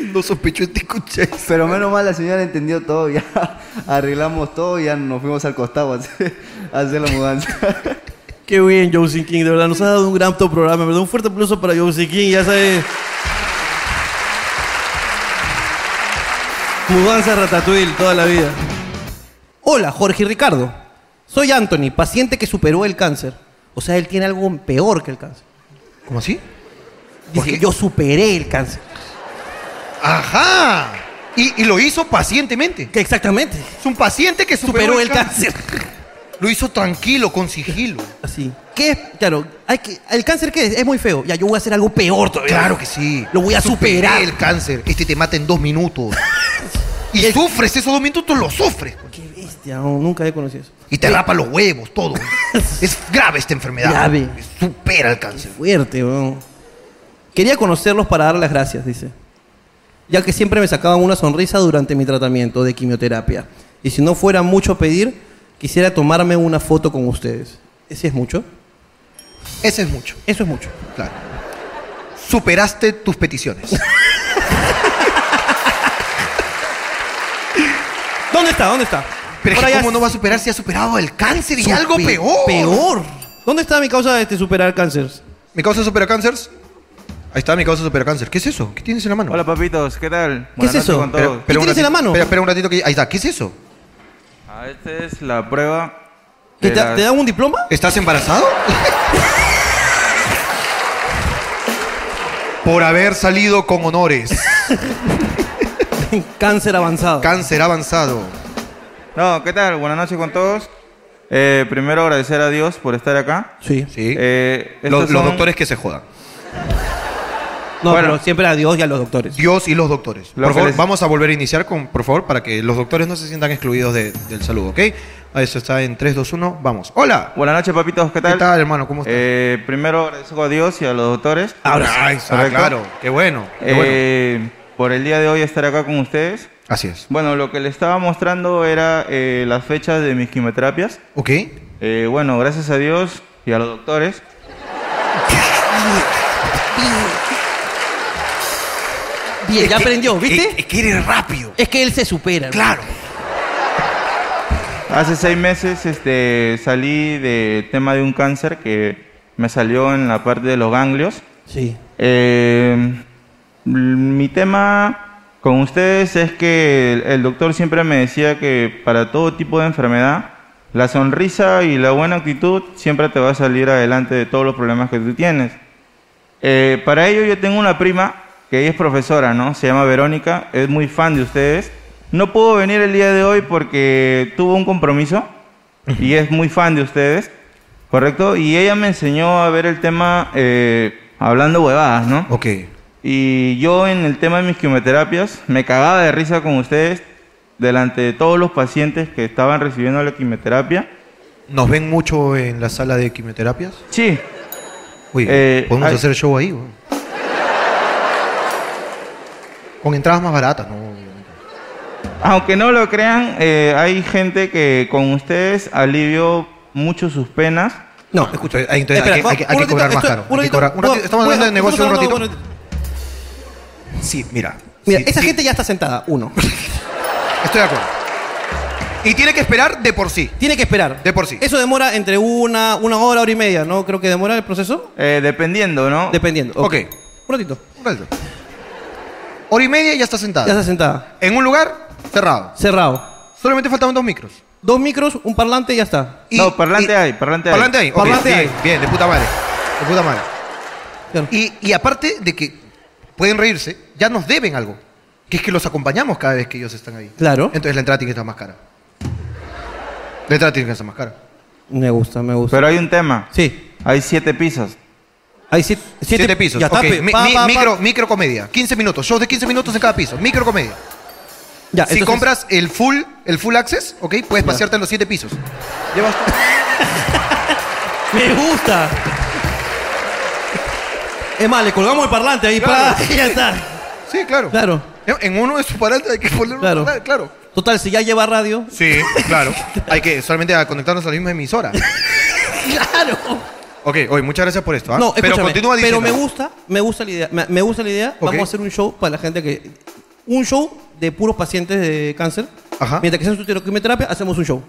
A: No sospecho este escuché.
F: Pero menos mal la señora entendió todo, ya (laughs) arreglamos todo y ya nos fuimos al costado a hacer, a hacer la mudanza.
B: Qué bien, Josie King, de verdad, nos ha dado un gran top programa, ¿verdad? ah, Un fuerte aplauso para Josie King, ya sabes. Mudanza Ratatouille toda la vida. Hola, Jorge y Ricardo. Soy Anthony, paciente que superó el cáncer. O sea, él tiene algo peor que el cáncer.
A: ¿Cómo así?
B: Dice, yo superé el cáncer.
A: Ajá. Y, y lo hizo pacientemente.
B: Exactamente.
A: Es un paciente que superó,
B: Superó el cáncer.
A: Lo hizo tranquilo, con sigilo.
B: Así. ¿Qué? Claro, hay que, ¿el cáncer qué es? Es muy feo. Ya, yo voy a hacer algo peor todavía.
A: Claro que sí.
B: Lo voy a
A: Superé
B: superar.
A: el cáncer. Este te mata en dos
B: (laughs)
A: minutos. y sufres esos dos minutos, tú lo sufres.
B: Hostia, no, nunca he conocido eso.
A: Y te rapa los huevos,
B: (laughs)
A: todo. (laughs) es grave este esta enfermedad.
B: Grave.
A: Supera el cáncer.
B: Fuerte, weón. Quería conocerlos para dar las gracias, dice. Ya que siempre me sacaban una sonrisa durante mi tratamiento de quimioterapia. Y si no fuera mucho pedir, quisiera tomarme una foto con ustedes. ¿Ese es mucho?
A: Ese es mucho.
B: Eso es mucho.
A: Claro. Superaste tus
B: (laughs)
A: peticiones.
B: ¿Dónde está? ¿Dónde está?
A: Pero es que
B: Ahora ya
A: ¿cómo no va a superar si ha superado el cáncer y
B: Supe-
A: algo peor?
B: Peor. ¿Dónde está mi causa de este superar cáncer?
A: ¿Mi causa supera cánceres? Ahí está mi causa supera cáncer. ¿Qué es eso? ¿Qué tienes en la mano?
N: Hola, papitos, ¿qué tal?
A: ¿Qué es eso? Espera- espera un ratito. Espera, espera un ratito que... Ahí está. ¿Qué es eso?
N: Ah, esta es la prueba.
A: ¿Qué
N: de
A: te-
N: las-
A: te da
B: un diploma?
A: ¿Estás embarazado? Por haber salido con honores.
B: Cáncer avanzado.
A: Cáncer avanzado.
N: No, ¿qué tal? Buenas noches con todos. Eh, primero agradecer a Dios por estar acá. Eh,
B: Sí.
A: sí.
B: Los- los doctores
A: que se jodan.
B: No, pero siempre a Dios y a los doctores.
A: Dios y los doctores.
B: Lo
A: por
B: que
A: favor,
B: les-
A: vamos a volver a iniciar con, por favor, para que los doctores no se sientan excluidos de- del saludo, ¿ok? A Eso está en 3, 2, 1, vamos. Hola.
N: Buenas noches, papitos, ¿qué tal?
A: ¿Qué tal, hermano? ¿Cómo estás?
N: Eh, primero agradezco a Dios y a los doctores.
A: Ahora sí. Ah, está,
N: Correcto.
A: claro. Qué bueno, qué bueno.
N: Eh, Por el día de hoy estar acá con ustedes.
A: Así es.
N: Bueno, lo que les estaba mostrando era eh, las fechas de mis quimioterapias.
A: Ok.
N: Eh, bueno, gracias a Dios y a los doctores. (laughs)
B: Bien,
O: Es
B: ya
O: que-
B: aprendió, ¿viste?
O: es-
A: es que eres rápido.
B: Es que él se supera.
A: Claro.
N: Hace seis meses este, salí del tema de un cáncer que me salió en la parte de los ganglios.
B: Sí.
N: Eh, mi tema con ustedes es que el, el doctor siempre me decía que para todo tipo de enfermedad, la sonrisa y la buena actitud siempre te va a salir adelante de todos los problemas que tú tienes. Eh, para ello yo tengo una prima que ella es profesora, ¿no? Se llama Verónica, es muy fan de ustedes. No pudo venir el día de hoy porque tuvo un compromiso y es muy fan de ustedes, ¿correcto? Y ella me enseñó a ver el tema eh, hablando huevadas, ¿no?
A: Ok.
N: Y yo en el tema de mis quimioterapias me cagaba de risa con ustedes delante de todos los pacientes que estaban recibiendo la quimioterapia.
A: ¿Nos ven mucho en la sala de quimioterapias?
N: Sí.
A: Uy,
N: Eh,
A: podemos
N: hay-
A: hacer show ahí, güey. Con entradas más baratas, ¿no?
N: Aunque no lo crean, eh, hay gente que con ustedes alivio mucho sus penas.
B: No,
A: escucha, ahí entonces hay que- hay que- hay que cobrar más caro. Hay que cobrar- un ratito, estamos hablando de negocio un ratito. Sí, mira.
B: Mira,
A: Sí,
B: esa
A: sí.
B: gente ya está sentada, uno.
A: (laughs) Estoy de acuerdo. Y tiene que esperar de por sí.
B: Tiene que esperar.
A: De por sí.
B: Eso demora entre una, una hora, hora y media, ¿no? Creo que demora el proceso.
N: Eh, dependiendo, ¿no?
B: Dependiendo. Ok.
A: ok.
B: Un ratito.
A: Un ratito. Hora y media y ya está sentada.
B: Ya está sentada.
A: En un lugar cerrado.
B: Cerrado.
A: Solamente faltaban dos micros.
B: Dos micros, un parlante y ya está.
N: no, parlante hay, parlante hay.
A: Parlante ahí. ok,
B: Parlante
A: bien,
B: ahí.
A: bien, de puta madre. De puta madre. Y, y aparte de que pueden reírse, ya nos deben algo. Que es que los acompañamos cada vez que ellos están ahí.
B: Claro.
A: Entonces la entrada tiene que estar más cara. La entrada tiene que estar más cara.
B: Me gusta, me gusta.
N: Pero hay un tema.
B: Sí.
N: Hay siete pisos.
B: Hay siete,
A: Siete, pisos.
B: Ya está,
A: ok.
B: pe.
A: Mi-
B: Pa,
A: mi-
B: pa, pa.
A: micro, micro comedia. 15 minutos. Shows de 15 minutos en cada piso. Micro comedia.
B: Ya,
A: si
B: entonces-
A: compras el full, el full access, ok, puedes pasearte en los siete pisos. (laughs) Llevas
B: Me gusta. Es más, le colgamos el parlante ahí.
A: Claro.
B: pa, (laughs) y ya está.
A: Sí, claro.
B: Claro.
A: En uno de sus parantes hay que poner
B: Claro.
A: un parlante, claro.
B: Total, si ya lleva radio.
A: Sí, claro. hay que solamente a conectarnos a la misma emisora.
B: Claro.
A: Ok, oye, muchas gracias por esto. ¿ah?
B: No,
A: pero
B: escúchame,
A: continúa diciendo.
B: pero me gusta, me gusta la idea. Me, me gusta la idea.
A: Ok.
B: Vamos a hacer un show para la gente que. Un show de puros pacientes de cáncer. Mientras que hacen su tiroquimioterapia, hacemos un show.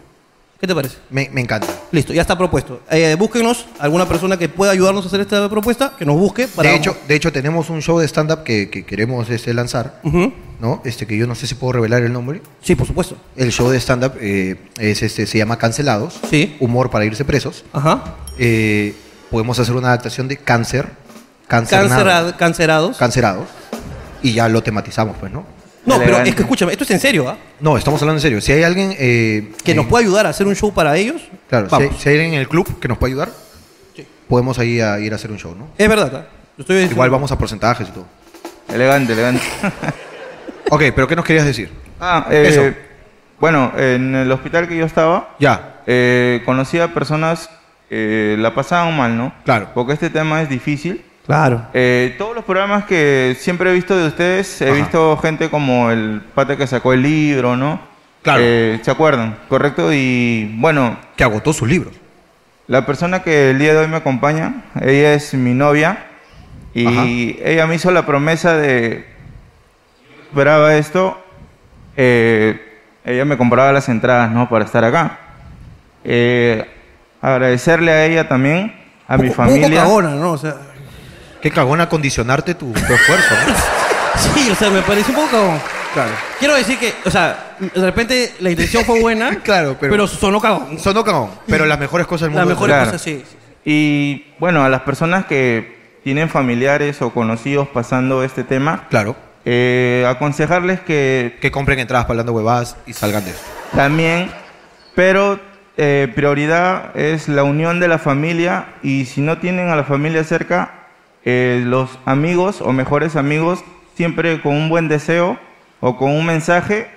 B: ¿Qué te parece?
A: Me, me encanta.
B: Listo, ya está propuesto. Eh, búsquenos alguna persona que pueda ayudarnos a hacer esta propuesta, que nos busque para.
A: De hecho, de hecho, tenemos un show de stand-up que, que queremos este, lanzar, ¿no? Este, que yo no sé si puedo revelar el nombre.
B: Sí, por supuesto.
A: El show de stand-up eh, es, este, se llama Cancelados.
B: Sí.
A: Humor para irse presos.
B: Ajá.
A: Eh, podemos hacer una adaptación de cáncer. Cáncer.
B: Cancerado- cancerados.
A: Cancerados. Y ya lo tematizamos, pues, ¿no?
B: No, pero es que escúchame, esto es en serio, ¿ah?
A: No, estamos hablando en serio. Si hay alguien. eh,
B: Que nos
A: eh,
B: pueda ayudar a hacer un show para ellos.
A: Claro, si
B: vamos.
A: hay, si hay alguien en el club que nos puede ayudar, podemos ahí a ir a hacer un show, ¿no?
B: Es verdad, ¿ah? Yo estoy diciendo-
A: Igual vamos a porcentajes y todo.
N: Elegante, elegante. (laughs)
A: ok, pero ¿qué nos querías decir?
N: Ah, eh,
A: Eso.
N: Bueno, en el hospital que yo estaba,
A: ya
N: conocía personas que la pasaban mal, ¿no?
A: Claro.
N: Porque este tema es difícil.
B: Claro.
N: Eh, todos los programas que siempre he visto de ustedes, he visto gente como el pata que sacó el libro, ¿no? Claro. ¿Se acuerdan? Correcto. Y bueno.
A: Que agotó sus libros.
N: La persona que el día de hoy me acompaña, ella es mi novia. Y ella me hizo la promesa de. Esperaba esto. eh, ella me compraba las entradas, ¿no? Para estar acá. Eh, agradecerle a ella también, a mi familia.
A: ¿no? O sea. Qué cagona condicionarte tu, tu esfuerzo,
B: (laughs) Sí, o sea, me pareció un poco. Claro. Quiero decir que, o sea, de repente la intención fue buena.
A: claro,
B: pero. sonó cagón.
A: Sonó cagón, pero las mejores cosas del
B: Las
A: mundo.
B: mejores
N: Claro.
B: cosas, sí.
N: Y bueno, a las personas que tienen familiares o conocidos pasando este tema, eh,
A: claro,
N: aconsejarles que
A: que compren entradas para hablando huevadas y salgan de eso.
N: También, pero eh, prioridad es la unión de la familia y si no tienen a la familia cerca, eh, los amigos o mejores amigos siempre con un buen deseo o con un mensaje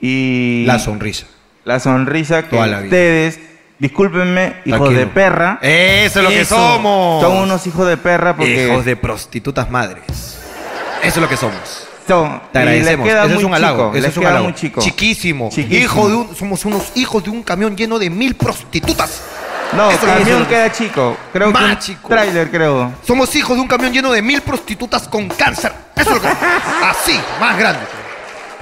N: y
A: La sonrisa.
N: la sonrisa que
A: Toda la vida.
N: ustedes, discúlpenme, hijos
A: Tranquilo.
N: de perra.
A: Eso es lo que somos.
N: Son unos hijos de perra porque
A: Hijos de prostitutas madres. Eso es lo que somos.
N: (laughs) son.
A: Te
N: y les
A: agradecemos.
N: queda
A: Eso es
N: muy
A: un halago.
N: chico,
A: Eso
N: les
A: es un
N: queda
A: halago.
N: muy chico.
A: Chiquísimo.
N: Chiquísimo.
A: Hijo de un, somos unos hijos de un camión lleno de mil prostitutas.
N: No,
A: Eso es lo que
N: camión
A: somos.
N: queda chico. Creo que
A: Más
N: un
A: chico.
N: trailer, creo.
A: Somos hijos de un camión lleno de mil prostitutas con cáncer. Eso es lo que
N: (laughs)
A: Así, más grande.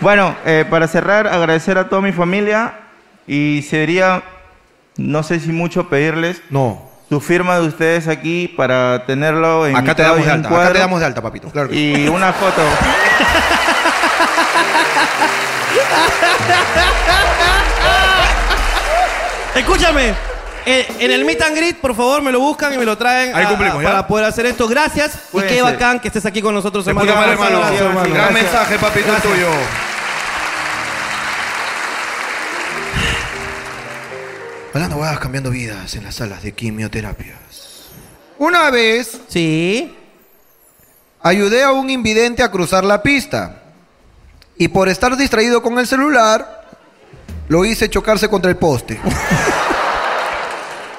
N: Bueno, eh, para cerrar, agradecer a toda mi familia y sería, no sé si mucho pedirles
A: no.
N: su firma de ustedes aquí para tenerlo en
A: Acá te damos de alta, acá te damos de alta, papito. Claro que
N: Y una foto.
B: Escúchame. eh, en el meet and greet, por favor, me lo buscan y me lo traen
D: Ahí
B: a-
D: cumplimos, ¿ya?
B: para poder hacer esto. Gracias y
D: Cuídense.
B: qué bacán que estés aquí con nosotros,
D: De puta madre, hermano.
B: Un abrazo, hermano.
D: Gran
B: Gracias.
D: mensaje, papito
B: Gracias.
D: tuyo.
A: Hablando huevadas, cambiando vidas en las salas de quimioterapias. Una vez.
B: Sí.
A: Ayudé a un invidente a cruzar la pista. Y por estar distraído con el celular, lo hice chocarse contra el (laughs) poste.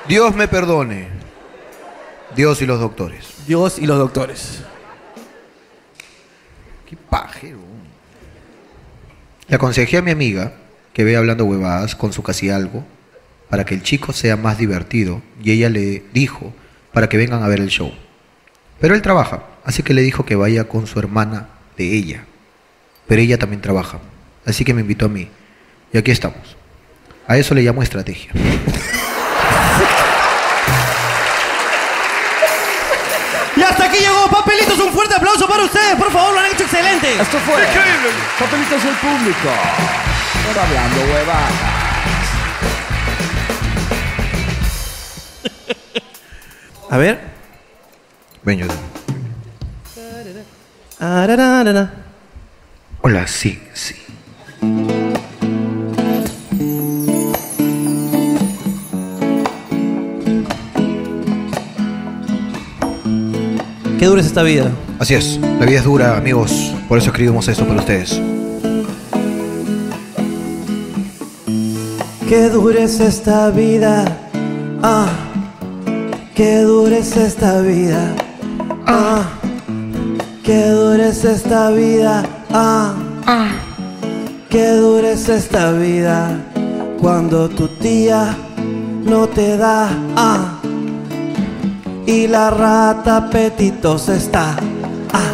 A: Dios me perdone. Dios y los doctores.
B: Dios y los doctores.
A: Qué pajero. Le aconsejé a mi amiga que ve hablando huevadas con su casi algo para que el chico sea más divertido y ella le dijo para que vengan a ver el show. Pero él trabaja, así que le dijo que vaya con su hermana de ella. Pero ella también trabaja, así que me invitó a mí. Y aquí estamos. A eso le llamo estrategia.
B: Y hasta aquí llegó Papelitos. Un fuerte aplauso para ustedes. Por favor, lo han hecho excelente.
K: Esto fue Papelitos del Público. Por hablando huevadas.
B: A ver.
A: Ven, yo.
B: Arararara.
A: Hola, sí, sí.
B: Qué dura es esta vida.
A: Así es, la vida es dura, amigos. Por eso escribimos esto para ustedes.
P: Qué dura es esta vida. Ah, qué dura es esta vida. Ah, qué dura es esta vida. Ah, ah, qué dura es esta vida. Cuando tu tía no te da. Ah, y la rata apetitosa está. Ah,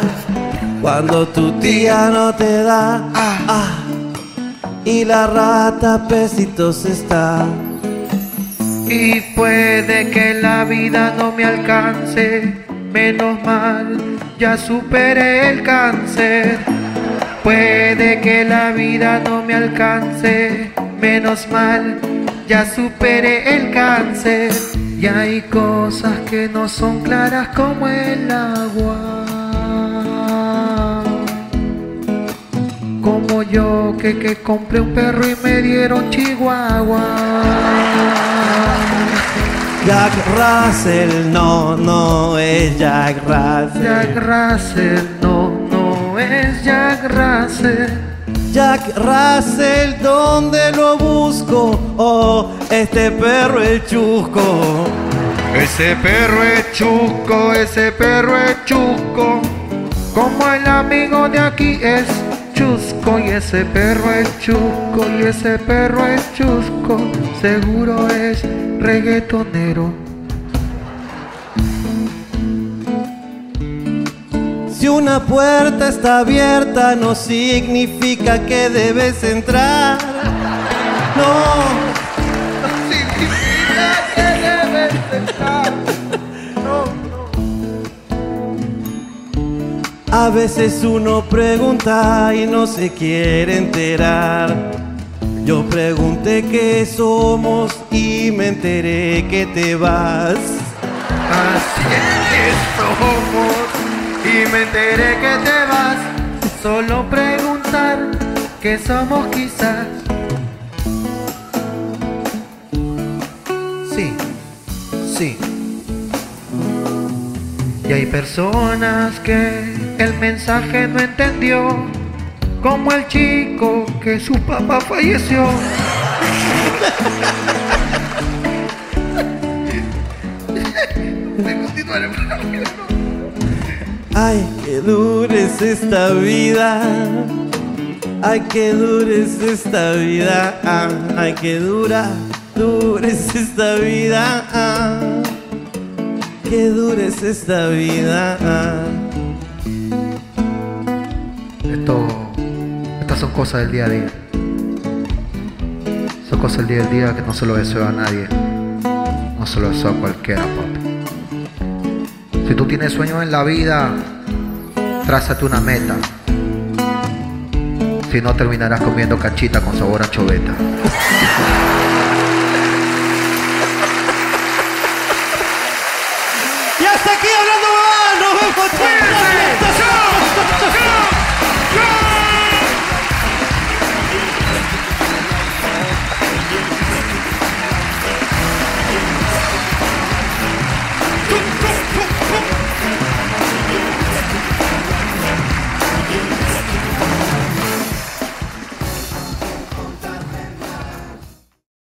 P: cuando tu tía no te da. Ah, ah y la rata pesitos está.
Q: Y puede que la vida no me alcance, menos mal, ya superé el cáncer. Puede que la vida no me alcance, menos mal, ya superé el cáncer. Y hay cosas que no son claras como el agua. Como yo que, que compré un perro y me dieron chihuahua.
P: Jack Russell, no, no es Jack Russell.
Q: Jack Russell, no, no
A: Pues
Q: es Jack Russell.
P: Jack Russell, ¿dónde lo busco? Oh, este perro es chusco.
Q: Ese perro es chusco, ese perro es chusco. Como el amigo de aquí es chusco y ese perro es chusco y ese perro es chusco. Seguro es reggaetonero.
B: Si una puerta está abierta no significa que debes entrar. No. A veces uno pregunta y no se quiere enterar. Yo pregunté qué somos y me enteré que te vas.
A: somos y me enteré que te vas. Solo preguntar que somos quizás. Sí, sí. Y hay personas que el mensaje no entendió, como el chico que su papá falleció.
B: Ay, que dure es esta vida. Ay, que dure es esta vida. Ah, Ay, que dura, dure es esta vida. Ah, Que dure es esta vida. Ah.
A: Esto, estas son cosas del día a día. Son cosas del día a día que no se lo deseo a nadie. No se lo deseo a cualquiera, papi. Si tú tienes sueños en la vida, trázate una meta. Si no, terminarás comiendo cachita con sabor a choveta.
K: Y hasta aquí hablando huevadas, nos vemos. Chao, gracias.